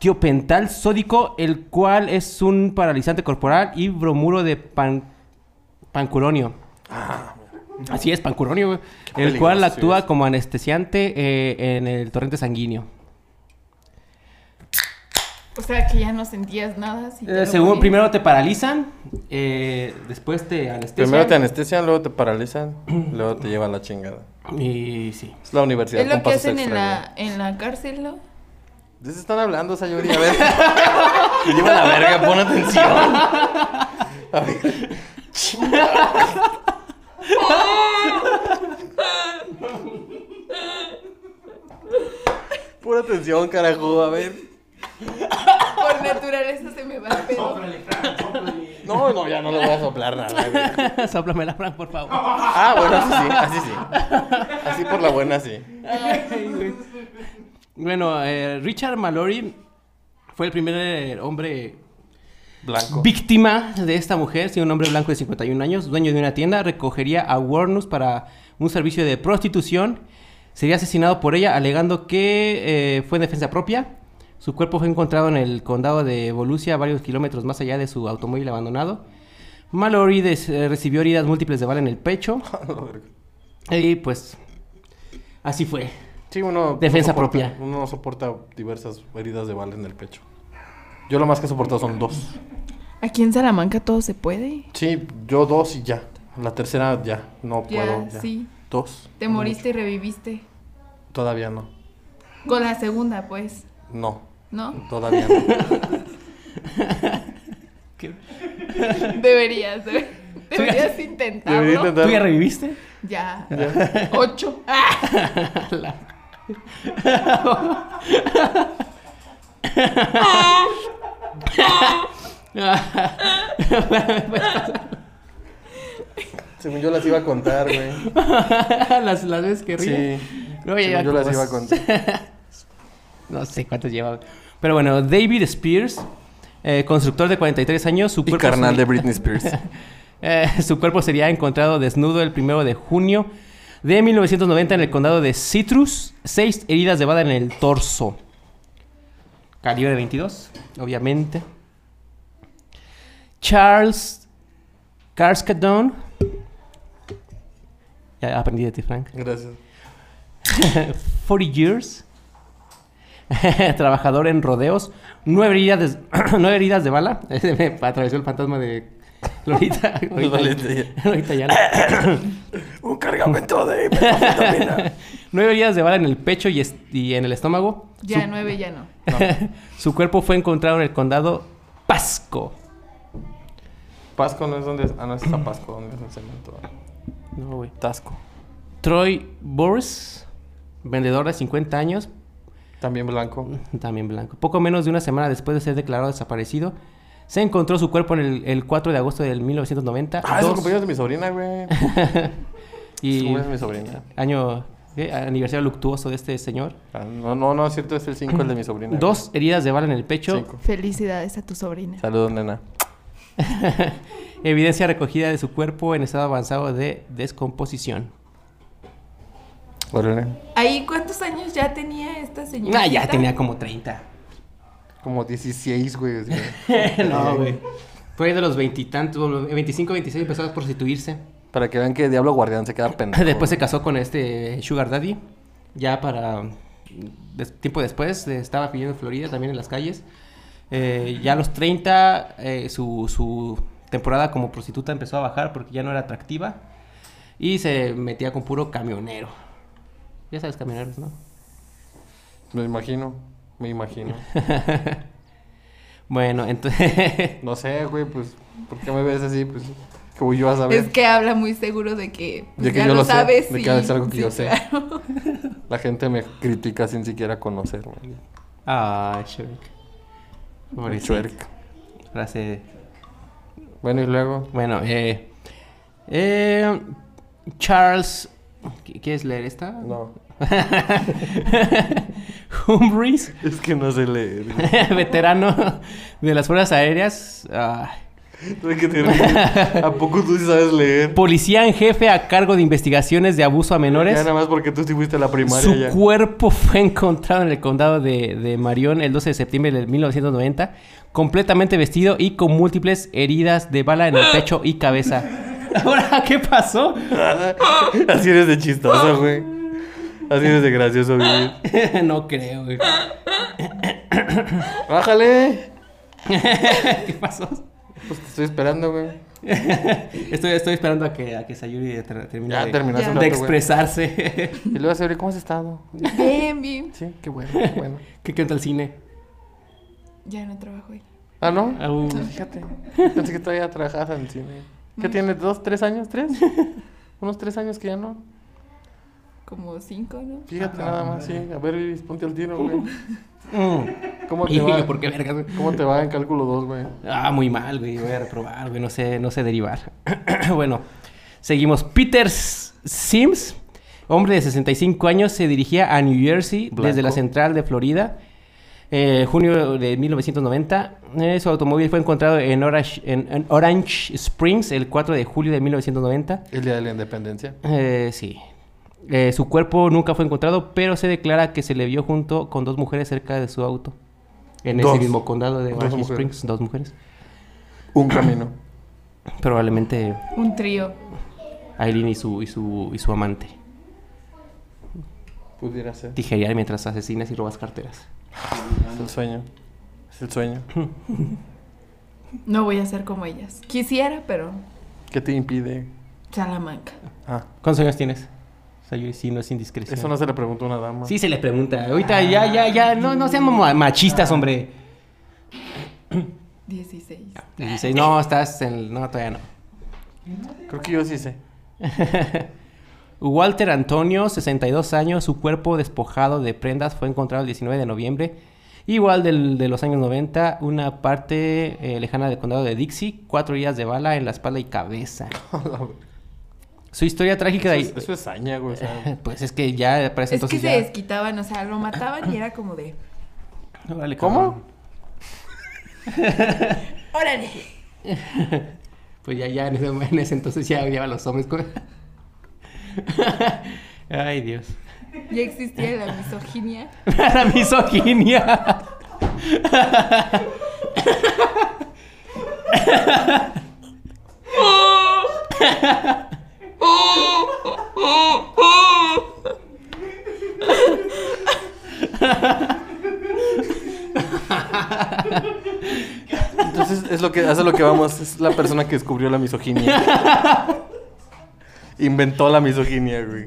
A: tiopental sódico, el cual es un paralizante corporal y bromuro de pan- pancuronio. Así es, pancuronio, güey, el cual
B: peligroso,
A: actúa
B: sí.
A: como anestesiante eh, en el torrente sanguíneo.
C: O sea, que ya no sentías nada. si te
A: Eh,
C: lo
A: según
C: ponías.
A: primero te paralizan, eh, después te anestesian.
B: Primero te anestesian, luego te paralizan, luego te llevan la chingada.
A: Y sí.
B: Es la universidad
C: Es lo
B: con
C: que
B: pasos
C: hacen en
B: extra, güey.
C: la, en la cárcel, ¿no?
B: ¿De eso están hablando, Sayuri? A ver. Lleva la verga, pon atención. A ver. Pon atención, carajo, a ver.
C: Por naturaleza se me va el pedo.
D: Sóplale, Fran, sóplale.
B: No, no, ya no le voy a soplar nada. güey.
A: Sóplame la Fran, por favor.
B: Ah, bueno, así sí, así sí. Así por la buena, sí.
A: Bueno, eh, Richard Mallory fue el primer eh, hombre
B: Blanco.
A: víctima de esta mujer, sí, un hombre blanco de 51 años, dueño de una tienda, recogería a Warnus para un servicio de prostitución. Sería asesinado por ella alegando que eh, fue en defensa propia. Su cuerpo fue encontrado en el condado de Volusia, varios kilómetros más allá de su automóvil abandonado. Mallory des- eh, recibió heridas múltiples de bala en el pecho. Y pues así fue.
B: Sí, uno.
A: Defensa
B: uno soporta-
A: propia.
B: Uno soporta diversas heridas de bala en el pecho. Yo lo más que he soportado son dos.
C: Aquí en Salamanca todo se puede.
B: Sí, yo dos y ya. La tercera ya, no
C: Ya,
B: puedo. Ya.
C: sí.
B: Dos.
C: Te moriste y reviviste.
B: Todavía no.
C: Con la segunda, pues,
B: No,
C: ¿no?
B: todavía no.
C: Deberías, de- deberías intentarlo.
B: Debería intentar-
A: ¿Tú ya reviviste?
C: Ya. Ocho. Ah,
B: Según yo las iba a contar, güey.
A: las, las veces que ríe.
B: Sí.
A: Luego ya
B: Según yo
A: como
B: las iba a contar.
A: No sé cuántos lleva. Pero bueno, David Spears, eh, constructor de 43 años, su
B: Y
A: cuerpo,
B: carnal de
A: sería,
B: Britney Spears.
A: eh, su cuerpo sería encontrado desnudo el primero de junio de 1990 en el condado de Citrus. Seis heridas de bala en el torso. Calibre 22, obviamente. Charles Carskadon. Ya aprendí de ti, Frank.
B: Gracias.
A: 40 years. Trabajador en rodeos. Nueve heridas de, nueve heridas de bala. Me atravesó el fantasma de Lolita. Lolita, Lolita Ayala.
B: Un cargamento de metanfetamina.
A: Nueve heridas de bala en el pecho y, es- y en el estómago.
C: Ya nueve, ya no.
A: Su cuerpo fue encontrado en el condado Pasco.
B: Pasco no es donde. Ah, no es Zapasco, donde es el cemento.
A: No, güey.
B: Tasco.
A: Troy Boris, vendedor de 50 años,
B: También blanco.
A: También blanco. Poco menos de una semana después de ser declarado desaparecido, se encontró su cuerpo en el, el 4 de agosto del 1990.
B: Ah, es el
A: dos-
B: compañero de mi sobrina, güey. Es
A: y
B: compañero de mi sobrina.
A: año ¿qué? aniversario luctuoso de este señor.
B: Ah, No, no, no, es cierto, es el 5, el de mi sobrina. güey.
A: Dos heridas de bala en el pecho,
B: Cinco.
C: Felicidades a tu sobrina.
B: Saludos, nena.
A: evidencia recogida de su cuerpo en estado avanzado de descomposición.
B: Órale.
C: ¿Ahí cuántos años ya tenía esta señora?
A: Ah, ya tenía como 30.
B: Como 16, güey. así.
A: no, güey. Fue de los veintitantos, 25, 26 empezó a prostituirse.
B: Para que vean que Diablo Guardián se queda pendejo.
A: Después se casó con este Sugar Daddy. Ya para. des- tiempo después eh, estaba pidiendo en Florida también en las calles. Eh, ya a los 30, eh, su, su temporada como prostituta empezó a bajar porque ya no era atractiva. Y se metía con puro camionero. Ya sabes, camioneros, ¿no?
B: Me imagino, me imagino.
A: Bueno, entonces.
B: No sé, güey, pues, ¿por qué me ves así? Pues, que voy yo a saber.
C: Es que habla muy seguro de que, pues,
B: De que
C: ya
B: yo
C: lo
B: lo sé,
C: sabes.
B: de que
C: sí,
B: es algo que
C: sí,
B: yo sé.
C: claro.
B: La gente me critica sin siquiera conocerme.
A: ah, Shrek.
B: Chuerk.
A: Frase.
B: Bueno, y luego.
A: Bueno, eh, eh, Charles. ¿qu- ¿Quieres leer esta?
B: No.
A: Humphreys,
B: Es que no sé leer.
A: veterano de las Fuerzas Aéreas, ah,
B: Ay, que te ríes. ¿A poco tú sí sabes leer?
A: policía en jefe a cargo de investigaciones de abuso a
B: Ya
A: menores.
B: nada más porque tú sí fuiste a la
A: Su
B: primaria ya.
A: cuerpo fue encontrado en el condado de, de Marion el 12 de septiembre de 1990, completamente vestido y con múltiples heridas de bala en el pecho y cabeza. ¿Ahora qué pasó?
B: Así eres de chistoso, güey. Así eres de gracioso, vivir.
A: no creo, güey.
B: ¡Bájale!
A: ¿Qué pasó?
B: Pues te estoy esperando, güey.
A: estoy, estoy esperando a que, a que Sayuri ter- termine
B: Ya
A: de,
B: terminaste
A: de
B: un rato, güey.
A: expresarse.
B: Y luego, Sebre, ¿cómo has estado?
C: Bien, bien.
B: Sí, qué bueno, qué bueno.
A: ¿Qué canta el cine?
C: Ya no trabajo ahí.
B: Ah, ¿no?
A: Au.
B: Fíjate. Pensé que todavía trabajabas en cine. ¿Qué tiene? ¿Dos, tres años? ¿Tres? Unos tres años que ya no.
C: Como cinco, ¿no?
B: Fíjate
A: Ah,
B: nada más, sí. A ver, Iris, ponte al tiro, güey.
A: Mm.
B: ¿Cómo
A: Y
B: te va?
A: ¿por qué vergas, güey?
B: ¿Cómo te va en cálculo 2, güey?
A: Ah, muy mal, güey. Voy a reprobar, güey. No sé, no sé derivar. bueno, seguimos. Peter S- Sims, hombre de 65 años, se dirigía a New Jersey desde
B: Blanco.
A: la central de Florida. eh, junio de 1990, Eh, su automóvil fue encontrado en Orange, en- en Orange Springs el 4 de julio de 1990.
B: El día de la independencia.
A: Eh, sí. Eh, su cuerpo nunca fue encontrado, pero se declara que se le vio junto con dos mujeres cerca de su auto. En
B: Dos.
A: ese mismo condado de
B: Dos
A: Orange
B: mujeres.
A: Springs, dos mujeres.
B: Un camino.
A: Probablemente
C: Un trío.
A: Aileen y su, y su, y su amante.
B: Pudiera ser.
A: Tijerear mientras asesinas y robas carteras.
B: Es el sueño. Es el sueño.
C: No voy a ser como ellas. Quisiera, pero
B: ¿Qué te impide?
C: Salamanca.
B: Ah,
A: ¿Cuántos años tienes? Sayuri, sí, no es indiscreción.
B: eso no se le preguntó a una dama.
A: Sí se les pregunta. Ahorita ya, ya, ya. No, no sean ma- machistas, hombre.
B: Ah.
C: 16.
A: 16. No, estás en... No, todavía no.
B: Creo que yo sí sé.
A: Walter Antonio, 62 años, su cuerpo despojado de prendas fue encontrado el 19 de noviembre. Igual del- de los años 90, una parte eh, lejana del condado de Dixie, cuatro heridas de bala en la espalda y cabeza. Su historia trágica de ahí...
B: Eso es, eso es saña, güey. o sea,
A: Pues es que ya parece
C: Es que
A: entonces
C: se
A: ya...
C: desquitaban, o sea, lo mataban y era como de.
A: Órale,
B: ¿Cómo?
A: cabrón.
C: ¡Órale!
A: Pues ya, ya, en ese, en ese entonces ya odiaba a los hombres. co- Ay, Dios.
C: Ya existía la misoginia.
A: La misoginia.
B: Entonces es lo que, hace lo que vamos. Es la persona que descubrió la misoginia. Inventó la misoginia, güey.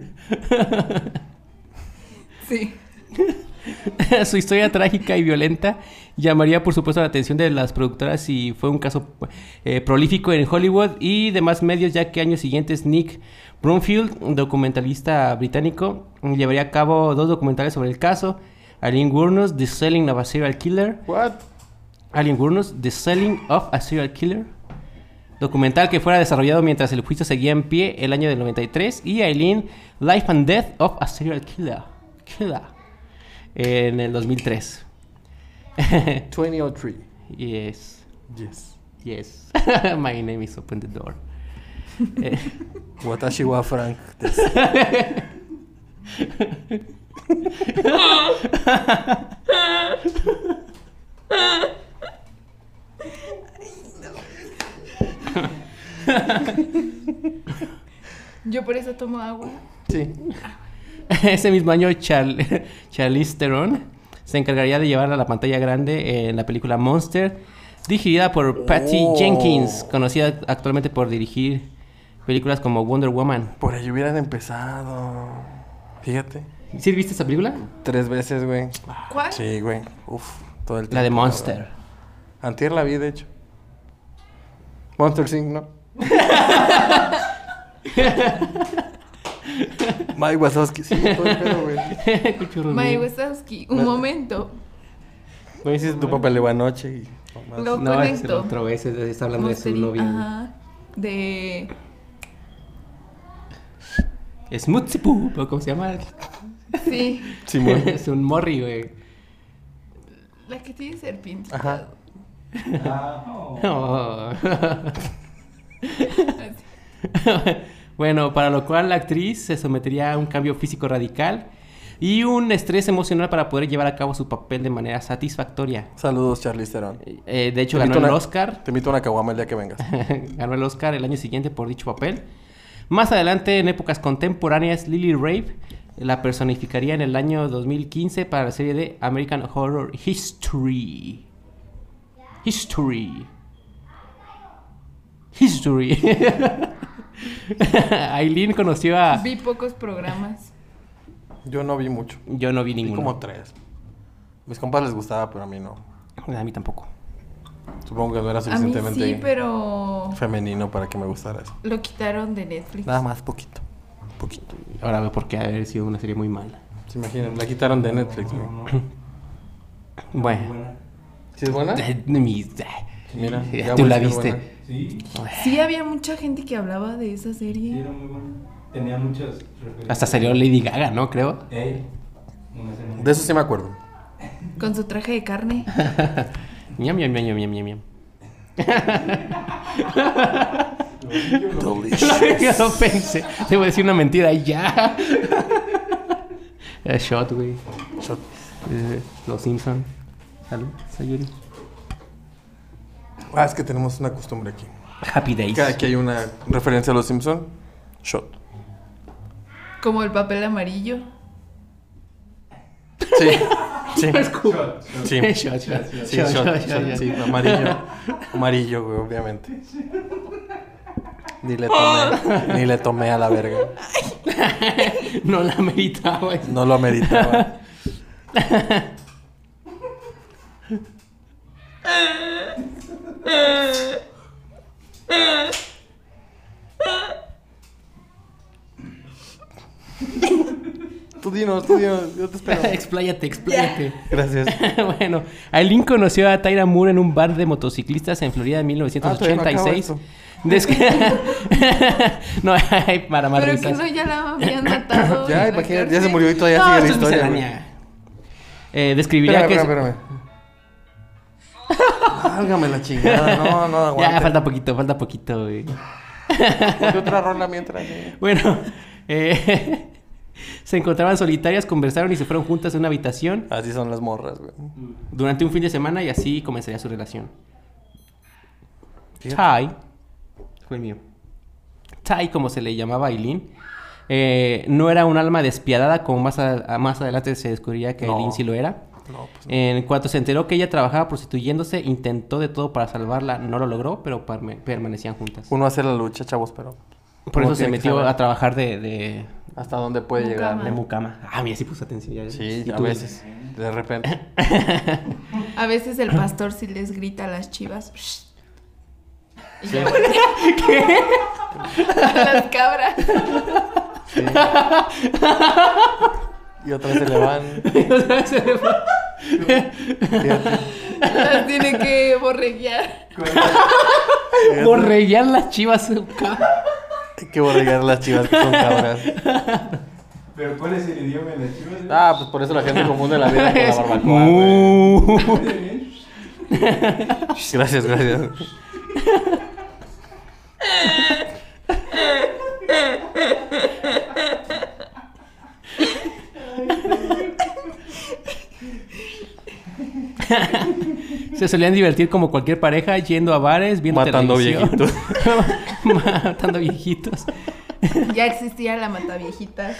C: Sí.
A: Su historia trágica y violenta llamaría, por supuesto, la atención de las productoras y fue un caso eh, prolífico en Hollywood y demás medios, ya que años siguientes Nick Brumfield, un documentalista británico, llevaría a cabo dos documentales sobre el caso. Aline Wurnos, The Selling of a Serial Killer.
B: What?
A: Alien Wurnos, The Selling of a Serial Killer. Documental que fuera desarrollado mientras el juicio seguía en pie el año del 93. Y Aileen, Life and Death of a Serial Killer. Killer. En el 2003.
B: 2003.
A: yes.
B: Yes.
A: Yes. My name is Open the Door. Eh,
B: Watashi wa Frank. des.
C: Yo por eso tomo agua.
B: Sí.
A: Ese mismo año, Char- Charlize Theron se encargaría de llevarla a la pantalla grande en la película Monster, dirigida por Patty
B: Oh.
A: Jenkins, conocida actualmente por dirigir películas como Wonder Woman.
B: Por ahí hubieran empezado. Fíjate.
A: ¿Sí viste esa película?
B: Tres veces, güey.
C: ¿Cuál?
B: Sí, güey. Uf, todo el tiempo.
A: La de Monster.
B: cabrón. Antier la vi, de hecho. Monster Inc., ¿no? Mike Wazowski. Sí, todo el pedo, güey.
C: pues,
A: Qué churro,
C: Mae
A: güey.
C: Wazowski, un momento.
B: No hiciste tu papel de buena noche y...
C: Lo
A: No, es el
C: conecto.
A: otro vez es- está hablando de su
C: Monsteri-
A: novia. güey.
C: Ajá. De.
A: Es Mutsipu, ¿o ¿cómo se llama?
C: Sí.
B: Simón.
A: es un morri, güey.
C: La que tiene serpiente.
B: Ajá.
A: Oh. Ah. bueno, para lo cual la actriz se sometería a un cambio físico radical y un estrés emocional para poder llevar a cabo su papel de manera satisfactoria.
B: Saludos, Charlize Theron.
A: Eh, de hecho,
B: Te
A: ganó
B: invito a
A: el
B: una-
A: Oscar.
B: Te invito a una caguama el día que vengas.
A: ganó el Oscar el año siguiente por dicho papel. Más adelante, en épocas contemporáneas, Lily Rabe la personificaría en el año 2015 para la serie de American Horror History. History. History. Aileen conoció a...
C: Ah. Vi pocos programas.
B: Yo no vi mucho.
A: Yo no vi
B: Vi
A: ninguno.
B: como tres. Mis compas les gustaba, pero a mí no.
A: A mí tampoco.
B: Supongo que no era
C: A mí
B: suficientemente
C: sí, pero.
B: femenino para que me gustara eso.
C: Lo quitaron de Netflix.
B: Nada más, poquito. Poquito.
A: Ahora veo por qué haber sido una serie muy mala.
B: ¿Se imaginan? La quitaron de Netflix. güey.
A: Bueno.
B: ¿Sí es buena?
A: Mis-
B: Mira,
A: Eh,
B: ya
A: tú
B: voy a
A: la
B: decir
A: viste.
B: buena.
D: Sí,
C: Sí, había mucha gente que hablaba de esa
D: sí,
C: serie.
D: era muy bueno. Tenía muchas referencias.
A: Hasta salió Lady Gaga, ¿no? Creo.
D: Ey, una semana.
B: De eso sí me acuerdo.
C: Con su traje de carne.
A: Ñam, ñam, ñam, ñam, ñam, ñam, ñam. La verga, no pensé. Debo decir una mentira y ya. Eh, Shot, güey.
B: Shot.
A: Eh, Los Simpson. Salud, Sayuri.
B: Ah, es que tenemos una costumbre aquí.
A: Happy Days.
B: Cada que hay una referencia a los Simpson, shot.
C: Como el papel amarillo.
B: Sí. Sí.
D: Shot, shot.
B: Sí.
A: Shot, shot,
B: Sí,
A: shot, shot,
B: shot, shot,
A: shot.
B: sí, amarillo. Amarillo, güey, obviamente. Ni le tomé, ni le tomé a la verga.
A: No la merita, güey.
B: No lo ameritaba. Tú dinos, tú dinos, yo te espero.
A: expláyate, expláyate.
B: Gracias.
A: bueno, Aileen conoció a Tyra Moore en un bar de motociclistas en Florida en
B: Ah, todavía no acaba
A: 1986.
B: esto.
A: Desque... no, hay para más
C: Pero que
A: risas.
C: no, ya la habían matado.
B: Ya,
C: en la
B: imagínate, ya
C: cárcel.
B: se murió y todavía
A: No, esto
B: sigue la
A: es
B: historia. güey.
A: miscelánea. Eh, describiría
B: espérame,
A: que...
B: espérame, espérame. Válgame la chingada, no, no aguanta.
A: Ya, falta poquito, falta poquito, güey.
B: Ponte otra rola mientras. eh.
A: Bueno, eh, se encontraban solitarias, conversaron y se fueron juntas a una habitación
B: Así son las morras, güey.
A: durante un fin de semana y así comenzaría su relación.
B: Fíjate.
A: Ty, fue el mío. Ty, como se le llamaba a Aileen, eh, no era un alma despiadada, como más, a- a- más adelante se descubriría que
B: No.
A: Aileen sí lo era.
B: No, pues
A: En cuanto se enteró que ella trabajaba prostituyéndose, intentó de todo para salvarla, no lo logró, pero parme- permanecían juntas.
B: Uno hace la lucha, chavos, pero
A: Por
B: uno
A: eso se
B: tiene que
A: metió
B: saber
A: a trabajar de, de,
B: hasta dónde puede
C: Nunca
B: llegar.
C: más.
A: de
B: ¿no?
A: mucama. Ah, mira, sí puse atención. Ya,
B: Sí,
A: Y
B: a
A: tú-
B: veces. De repente.
C: A veces el pastor sí les grita a las chivas. "Shh". Y ya A las cabras.
B: sí. Y otras se le van. Fíjate.
C: Las tiene que borreguear.
A: Borreguear las chivas. cabrón.
B: Hay que borregar las chivas que son cabras.
D: Pero ¿cuál es el idioma de las chivas?
B: Ah, pues por eso la gente confunde la vida con la barbacoa. güey.
A: Mu.
B: Gracias, gracias.
A: Se solían divertir como cualquier pareja, yendo a bares, viendo
B: Matando
A: televisión. Matando viejitos.
C: Ya existía la mataviejitas.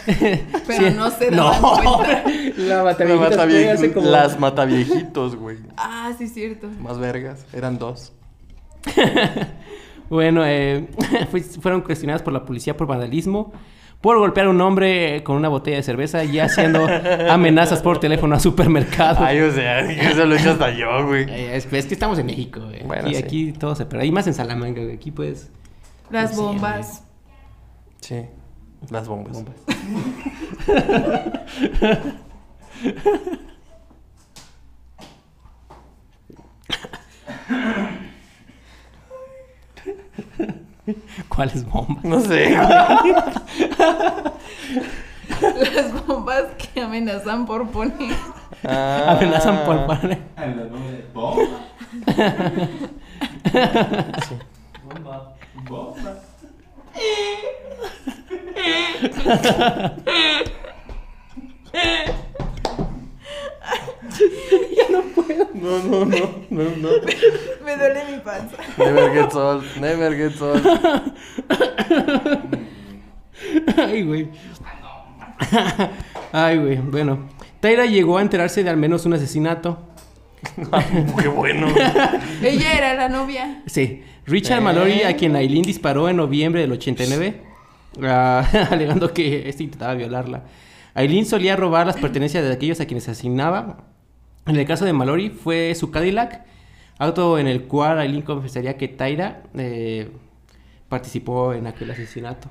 C: Pero
A: Sí.
C: no se
A: No.
C: daban cuenta.
A: La
B: La matavie- Las mataviejitos, güey.
C: Ah, sí, cierto.
B: Más vergas. Eran dos.
A: Bueno, eh, fui- fueron cuestionadas por la policía por vandalismo, por golpear a un hombre con una botella de cerveza y haciendo amenazas por teléfono a supermercado.
B: Ay, o sea, eso lo he hecho hasta yo, güey.
A: Eh, es, es que estamos en México, güey.
B: Bueno,
A: y
B: sí.
A: aquí todo se perdió. Y más en Salamanca, güey. Aquí pues...
C: Las
A: Sí, güey.
C: bombas.
B: Sí. Las bombas.
A: ¿Cuáles bombas?
B: No sé.
C: Las bombas que amenazan por poner.
B: Ah.
A: Amenazan por poner.
D: En Ah, la nube. Bomba. Bomba. Bomba.
B: No, no, no, no, no.
C: Me duele mi panza.
B: Never gets old, never gets old.
A: Ay, güey. Ay, güey. Bueno, Taira llegó a enterarse de al menos un asesinato.
B: Qué bueno.
C: Ella era la novia.
A: Sí, Richard Mallory, a quien Aileen disparó en noviembre del 89, ah, alegando que este intentaba violarla. Aileen solía robar las pertenencias de aquellos a quienes asesinaba. En el caso de Mallory fue su Cadillac, auto en el cual Aileen confesaría que Tyra eh, participó en aquel asesinato.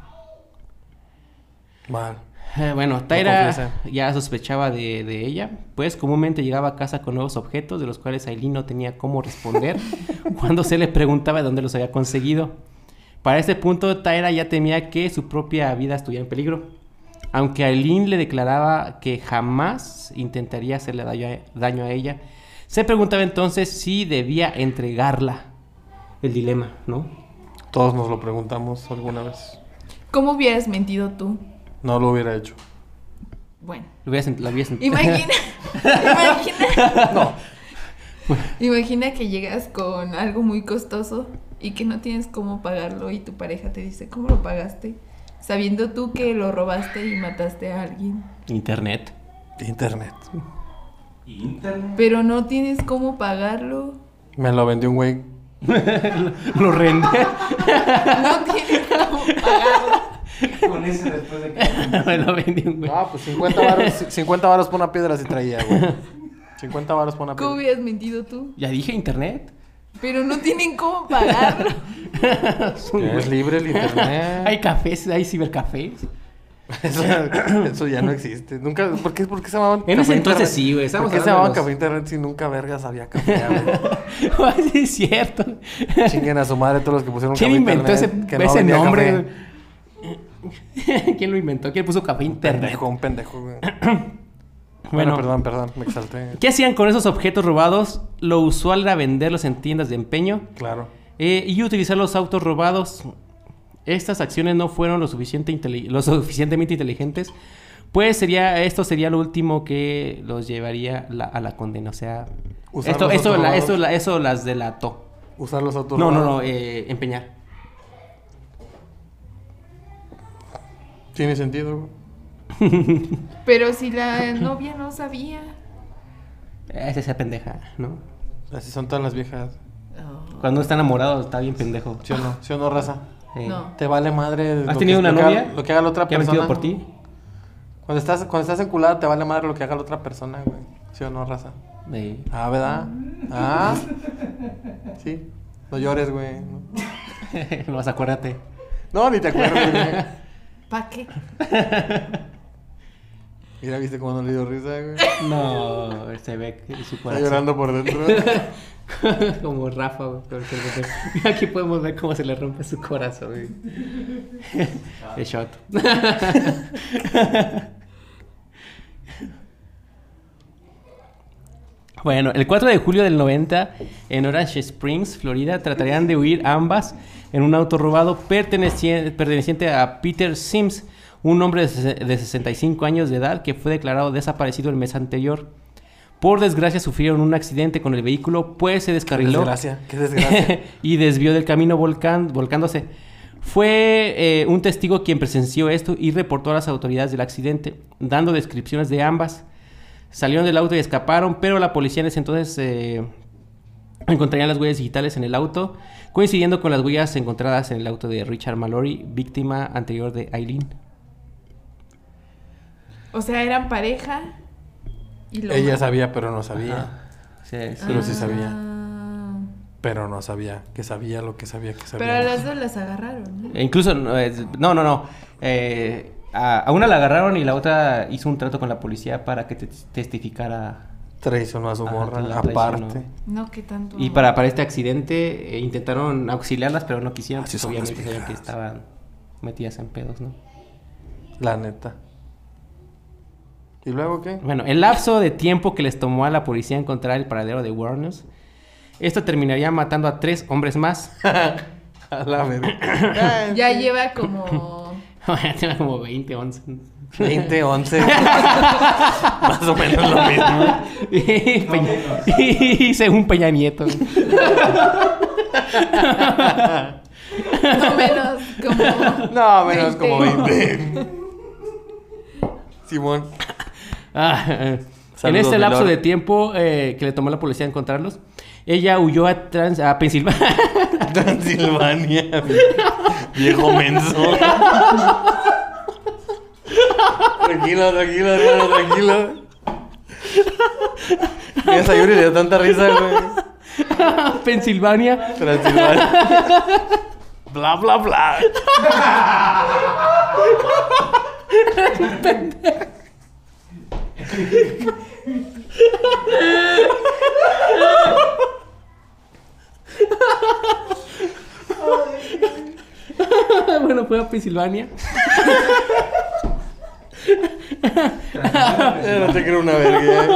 B: Mal.
A: Eh, bueno, Tyra
B: confiesa.
A: ya sospechaba de, de ella, pues comúnmente llegaba a casa con nuevos objetos de los cuales Aileen no tenía cómo responder cuando se le preguntaba de dónde los había conseguido. Para este punto, Tyra ya temía que su propia vida estuviera en peligro, aunque Aileen le declaraba que jamás intentaría hacerle daño a, daño a ella. Se preguntaba entonces si debía entregarla. El dilema, ¿no?
B: Todos nos lo preguntamos alguna vez.
C: ¿Cómo hubieras mentido tú?
B: No lo hubiera hecho.
C: Bueno,
A: Lo voy a sent- La voy a sent-
C: imagina. imagina. Imagina que llegas con algo muy costoso y que no tienes cómo pagarlo y tu pareja te dice, ¿cómo lo pagaste? Sabiendo tú que lo robaste y mataste a alguien.
A: Internet.
B: Internet.
D: Internet.
C: Pero no tienes cómo pagarlo.
B: Me lo vendió un güey.
A: Lo rendé.
C: No tienes cómo pagarlo.
D: Con eso después de que.
A: Me lo vendí un güey.
B: Ah, pues 50 varos, 50 varos por una piedra si traía, güey. 50 varos por una
C: ¿Cómo
B: piedra.
C: hubieras mentido tú?
A: Ya dije internet.
C: Pero no tienen cómo pagarlo.
A: Es un
B: Que Es
A: güey.
B: libre el internet.
A: Hay cafés, hay cibercafés.
B: Eso, eso ya no existe. Nunca, ¿por qué, por qué se llamaban
A: En ese entonces sí, güey,
B: ¿Por
A: estábamos
B: qué se llamaban
A: hablando
B: café internet si nunca vergas había café, güey?
A: Oh, sí, es cierto.
B: Chinguen a su madre todos los que pusieron
A: ¿Quién
B: café
A: inventó ese,
B: internet. que no
A: ese
B: vendía
A: nombre?
B: café.
A: güey? ¿Quién lo inventó? ¿Quién puso café internet?
B: Pendejo, un pendejo, güey. Bueno,
A: Bueno,
B: perdón, perdón, me exalté.
A: ¿qué hacían con esos objetos robados? Lo usual era venderlos en tiendas de empeño
B: Claro.
A: eh, y utilizar los autos robados. Estas acciones no fueron lo, suficiente inteli- lo suficientemente inteligentes, pues sería esto sería lo último que los llevaría la- a la condena. O sea,
B: Usar
A: esto,
B: los
A: esto,
B: autos
A: la-
B: robados.
A: esto la- eso las delató.
B: Usar los autos.
A: No, no, no,
B: robados.
A: eh, empeñar.
B: Tiene sentido, güey.
C: Pero si la novia no sabía.
A: Es esa pendeja, ¿no?
B: Así son todas las viejas.
C: oh,
A: Cuando está enamorado está bien pendejo.
B: ¿Sí o no? ¿Sí o no, raza?
A: Eh,
C: No.
B: ¿Te vale madre?
A: ¿Has
B: lo
A: tenido
B: que-
A: una
B: lo que haga-
A: novia?
B: Lo que haga la otra
A: ¿Qué ha
B: persona.
A: mentido por ti?
B: Cuando estás, cuando estás enculado, te vale madre lo que haga la otra persona, güey. ¿Sí o no, raza?
A: Eh,
B: Ah, ¿verdad? Ah. Sí. No llores, güey.
A: no vas, acuérdate.
B: No, ni te acuerdas, güey.
C: ¿Para qué?
B: Mira, viste cómo no le dio risa, güey.
A: No, se ve que su
B: Está
A: corazón.
B: llorando por dentro.
A: Como Rafa, güey, con el que le rompe. Aquí podemos ver cómo se le rompe su corazón, güey. El shot. Bueno, el 4 de julio del 90, en Orange Springs, Florida, tratarían de huir ambas en un auto robado perteneciente, perteneciente a Peter Sims, un hombre de ses- de 65 años de edad que fue declarado desaparecido el mes anterior. Por desgracia sufrieron un accidente con el vehículo, pues se
B: Qué
A: descarriló
B: desgracia, qué desgracia.
A: y desvió del camino volcan- volcándose. Fue eh, un testigo quien presenció esto y reportó a las autoridades del accidente, dando descripciones de ambas. Salieron del auto y escaparon, pero la policía en ese entonces eh, encontrarían las huellas digitales en el auto, coincidiendo con las huellas encontradas en el auto de Richard Mallory, víctima anterior de Eileen.
C: O sea, eran pareja. Y lo
B: Ella sabía, pero no sabía.
C: mató.
B: pero sí sabía.
C: Ah.
B: Pero no sabía. Que sabía lo que sabía que sabía.
C: Pero a las dos las agarraron, ¿eh? ¿no?
A: E Incluso, no, es- no, no. no. Eh, a, a una la agarraron y la otra hizo un trato con la policía para que te- testificara
B: Traicionó a su
A: Ajá,
B: morra,
A: la traicionó.
B: aparte.
C: No, que tanto.
A: Y para, para este accidente eh, intentaron auxiliarlas, pero no quisieron,
B: Así
A: pues,
B: son las
A: obviamente sabían que
B: viejas.
A: estaban metidas en pedos, ¿no?
B: La neta. ¿Y luego qué?
A: Bueno, el lapso de tiempo que les tomó a la policía encontrar el paradero de Warners, esto terminaría matando a tres hombres más.
B: A la verga.
C: Ya lleva como.
A: Ya tenía como 20, 11.
B: 20, 11. Más o menos lo mismo.
A: y, Peña- y según Peña Nieto.
C: No menos, como.
B: No, menos como
C: 20.
B: 20. Simón.
A: Ah, eh. en
B: Saludos,
A: este
B: Milord.
A: lapso de tiempo eh, que le tomó la policía encontrarlos, ella huyó a, Trans- a Pensilvania.
B: Transilvania. Viejo menso. Tranquilo, tranquilo, hermano, tranquilo. Mira, Sayuri le dio tanta risa, güey.
A: Pensilvania.
B: Transilvania. Bla, bla, bla.
A: bueno, fue a Pensilvania.
B: Ya no te creo una verga. ya.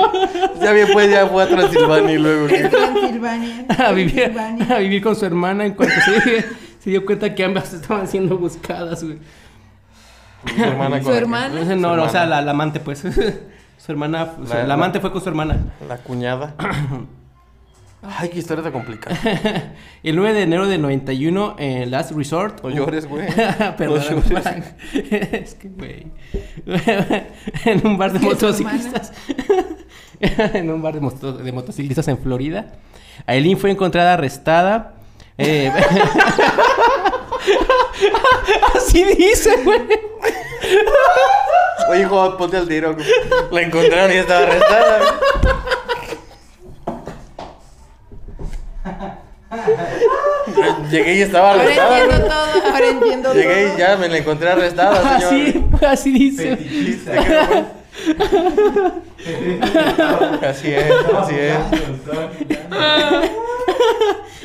B: Ya bien, pues ya fue a Transilvania y luego. ¿qué?
C: Transilvania.
A: a vivir, a
C: Transilvania.
A: vivir con su hermana en cuanto se, se dio cuenta que ambas estaban siendo buscadas, güey.
B: Su hermana
C: Su
B: con la que-
A: No,
C: hermana.
A: no,
B: Su
A: o sea,
B: hermana.
A: la, la amante, pues. su hermana, su-
B: La-
A: la,
B: la-
A: amante fue con su hermana.
B: La cuñada. Ay, qué historia tan complicada.
A: El 9 de enero de 91, en Last Resort.
B: No llores, güey.
A: Perdón,
B: No llores.
A: Frank. es que, güey. en un bar de
C: Es que es tu
A: motociclistas. en un bar de, moto- de motociclistas en Florida. Aileen fue encontrada arrestada. Eh, Así dice, güey.
B: Oye, hijo, ponte al tiro. güey. La encontraron y estaba arrestada. güey. Llegué y estaba
C: Ahora
B: arrestada.
C: entiendo
B: güey.
C: todo. Ahora entiendo todo. Ah,
B: Llegué y ya me la encontré arrestada, señor.
A: Así, así dice.
D: Fetichista.
B: Así es, así es.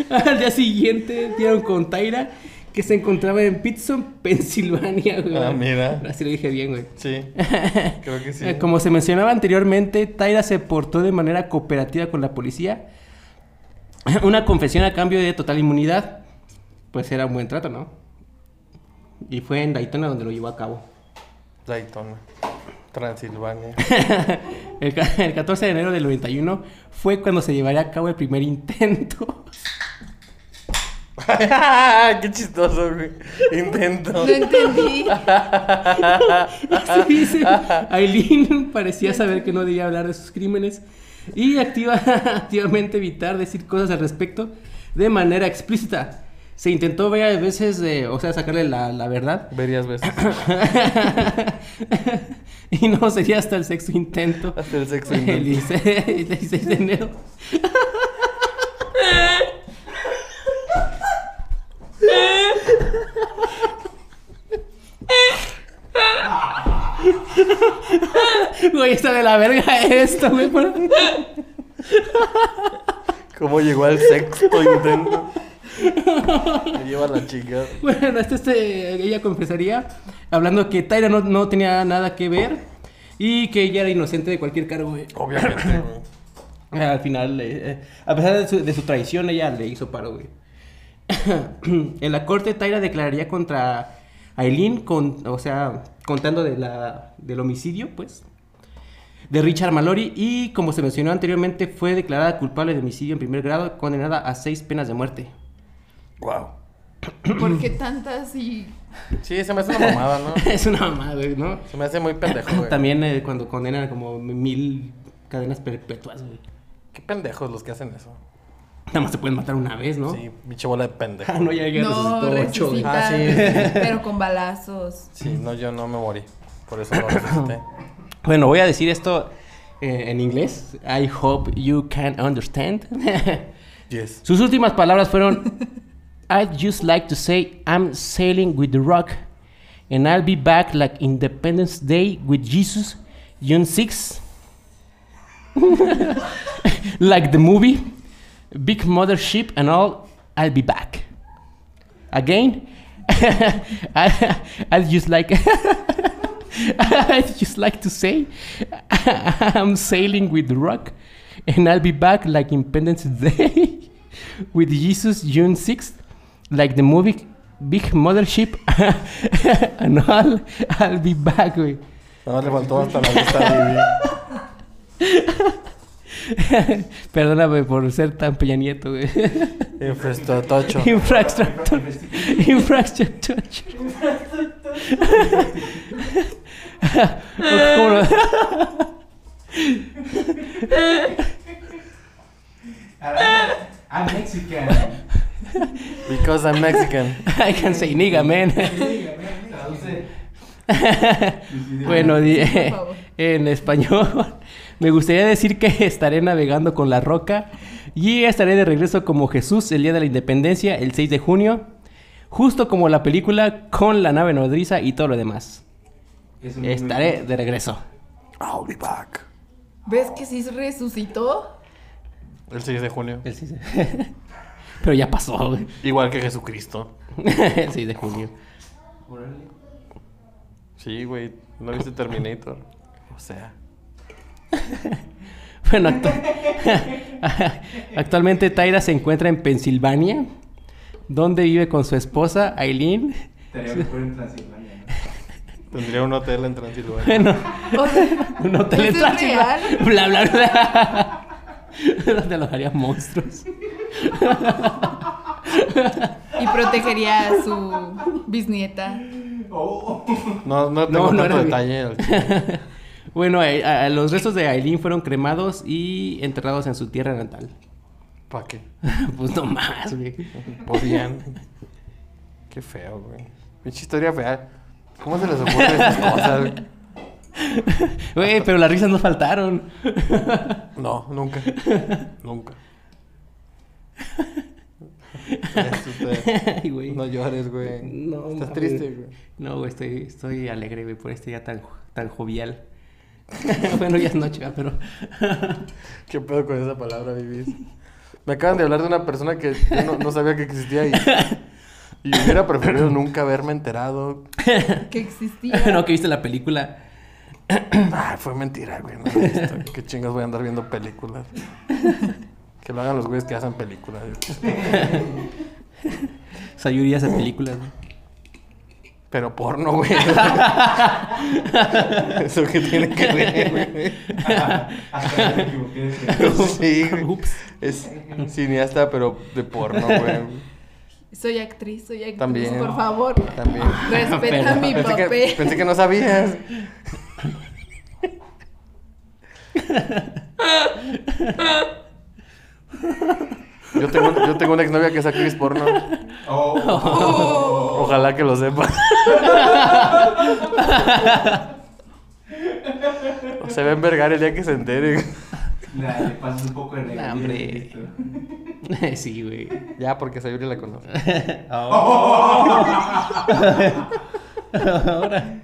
A: Al día siguiente dieron con Tyra, que se encontraba en Pittston, Pensilvania, güey.
B: Ah, mira.
A: Así lo dije bien, güey.
B: Sí, creo que sí.
A: Eh, Como se mencionaba anteriormente, Tyra se portó de manera cooperativa con la policía. Una confesión a cambio de total inmunidad, pues era un buen trato, ¿no? Y fue en Daytona donde lo llevó a cabo.
B: Daytona, Transilvania.
A: El, ca- el 14 de enero del 91 fue cuando se llevaría a cabo el primer intento.
B: qué chistoso, güey. Intento.
C: No entendí.
A: Así dice, Aileen parecía saber que no debía hablar de sus crímenes y activa, activamente evitar decir cosas al respecto de manera explícita. Se intentó varias veces, eh, o sea, sacarle la, la verdad.
B: Verías veces.
A: y no sería hasta el sexto intento.
B: Hasta el sexo
A: El
B: intento.
A: 16, el 16 de enero. Güey, está de la verga esto, güey. por-
B: ¿Cómo llegó al sexto intento? Me lleva la chica.
A: Bueno, este, este, ella confesaría hablando que Tyra no, no tenía nada que ver y que ella era inocente de cualquier cargo, güey.
B: Obviamente, güey.
A: Eh, Al final, eh, eh, a pesar de su, de su traición, ella le hizo paro, güey. en la corte, Tyra declararía contra Aileen, con, o sea, contando de la, del homicidio, pues, de Richard Mallory. Y como se mencionó anteriormente, fue declarada culpable de homicidio en primer grado, condenada a seis penas de muerte.
B: Wow.
C: ¿Por qué tantas y.?
B: Sí, se me hace una mamada, ¿no?
A: es una mamada, güey, ¿no?
B: Se me hace muy pendejo, güey.
A: También eh, cuando condenan como mil cadenas perpetuas, güey.
B: Qué pendejos los que hacen eso.
A: Nada más se pueden matar una vez, ¿no?
B: Sí, pinche bola de pendejo.
A: Ah, no, ya ya
C: No,
A: resucitó ocho, güey.
B: Ah,
C: resucita.
B: sí.
C: Pero con balazos.
B: Sí, no, yo no me morí. Por eso no resucité.
A: Bueno, voy a decir esto eh, en inglés. I hope you can understand.
B: Yes.
A: Sus últimas palabras fueron: I'd just like to say I'm sailing with the rock, and I'll be back like Independence Day with Jesus, June 6. like the movie, Big Mother Ship and all, I'll be back. Again, I, I just like. I just like to say, I'm sailing with the rock, and I'll be back like Independence Day with Jesus June 6th, like the movie Big Mothership, and all, I'll be back, güey.
B: Nada más le faltó hasta la lista de
A: Perdóname por ser tan Peña Nieto, güey.
B: Infraestructocho.
A: Infrastructure. Infrastructure. ¿Cómo lo-
D: I'm Mexican.
B: Because I'm Mexican.
A: I can say nigga, man.
D: Traduce.
A: bueno, di- eh,
C: favor.
A: en español, me gustaría decir que estaré navegando con la roca y estaré de regreso como Jesús el día de la independencia, el 6 de junio, justo como la película con la nave nodriza y todo lo demás.
D: Es un-
A: Estaré de regreso.
B: I'll be back.
C: ¿Ves que sí resucitó?
B: El 6 de junio.
A: El 6 de- Pero ya pasó, güey.
B: Eh, Igual que Jesucristo.
A: El 6 de junio.
D: Órale.
B: Sí, güey. No viste Terminator. O sea.
A: Bueno, actu- actualmente Tyra se encuentra en Pensilvania, donde vive con su esposa Aileen.
D: Estaría mejor en Transilvania. ¿no?
B: Tendría un hotel en Transilvania.
A: Bueno,
C: O sea,
A: un hotel en
C: ¿Eso es
A: Transilvania.
C: real?
A: Bla, bla, bla. Donde alojaría monstruos.
C: y protegería a su bisnieta.
D: Oh,
B: No, no tengo
A: No, no
B: tanto
A: era-
B: detalle. al chile.
A: Bueno, eh, a- a los restos de Aileen fueron cremados y enterrados en su tierra natal.
B: ¿Para qué?
A: Pues no más, güey.
B: Podían. Qué feo, güey. Pinche historia fea. ¿Cómo se les ocurre esas cosas? güey?
A: Güey, pero las risas no faltaron.
B: No, nunca. Nunca.
A: Ay, güey.
B: No llores, güey.
A: No,
B: Estás
A: mames.
B: triste, güey.
A: No, güey, estoy, estoy alegre, güey, por este día tan, jo- tan jovial. bueno, ya es noche, ¿verdad? pero.
B: ¿Qué pedo con esa palabra, vivís? Me acaban de hablar de una persona que yo no, no sabía que existía y, y hubiera preferido nunca haberme enterado.
C: Que existía.
A: no, que viste la película.
B: Ah, fue mentira, güey. No, esto, qué chingas voy a andar viendo películas. Que lo hagan los güeyes que hacen películas.
A: Sayuri hace películas, güey.
B: Pero porno, güey. Eso que tiene que ver, güey.
D: hasta ya me equivoqué. de ser.
B: Sí, güey.
A: Ups.
B: Es cineasta, pero de porno, güey.
C: Soy actriz, soy actriz.
B: También.
C: Por favor.
B: También.
C: Respeta mi
B: pensé, que,
C: papel.
B: pensé que no sabías. Yo tengo, yo tengo una exnovia que es actriz porno.
D: Oh,
C: Oh,
B: Ojalá que lo sepa. Se va a envergar el día que se entere.
D: nah, le pasas un poco de regalo.
A: Nah, hombre. sí, güey.
B: Ya, porque Sayuri la conoce.
A: Ahora.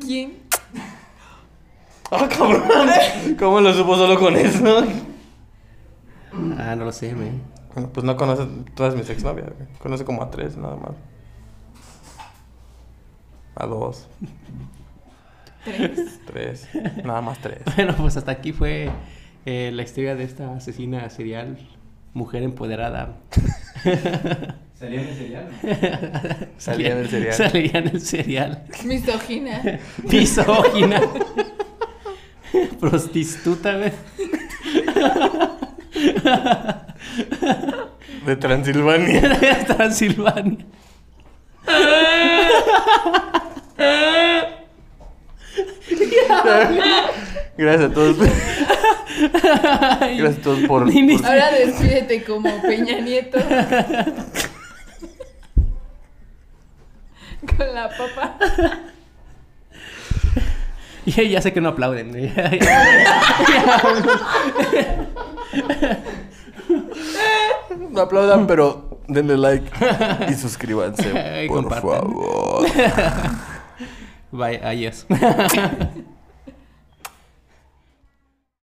C: ¿Quién?
B: ¡Ah, cabrón! ¿Cómo lo supo solo con eso?
A: Ah, no lo sé, güey.
B: Pues no conoce todas mis exnovias. güey. Conoce como a tres, nada más. A dos.
C: Tres.
B: Tres. Nada más tres.
A: Bueno, pues hasta aquí fue eh, la historia de esta asesina serial, mujer empoderada.
D: Salía en el serial.
B: Salía del serial.
A: Salía del serial.
C: Misogina.
A: Misógina. Prostituta, güey.
B: De Transilvania.
A: Transilvania.
B: Gracias a todos. Gracias a todos por.
A: Ni- ni-
B: por-
C: Ahora despídete como Peña Nieto. Con la papa.
A: Ya, ya sé que no aplauden. güey.
B: No aplaudan, pero denle like y suscríbanse.
A: Y
B: por
A: compartan.
B: favor.
A: Vaya, adiós.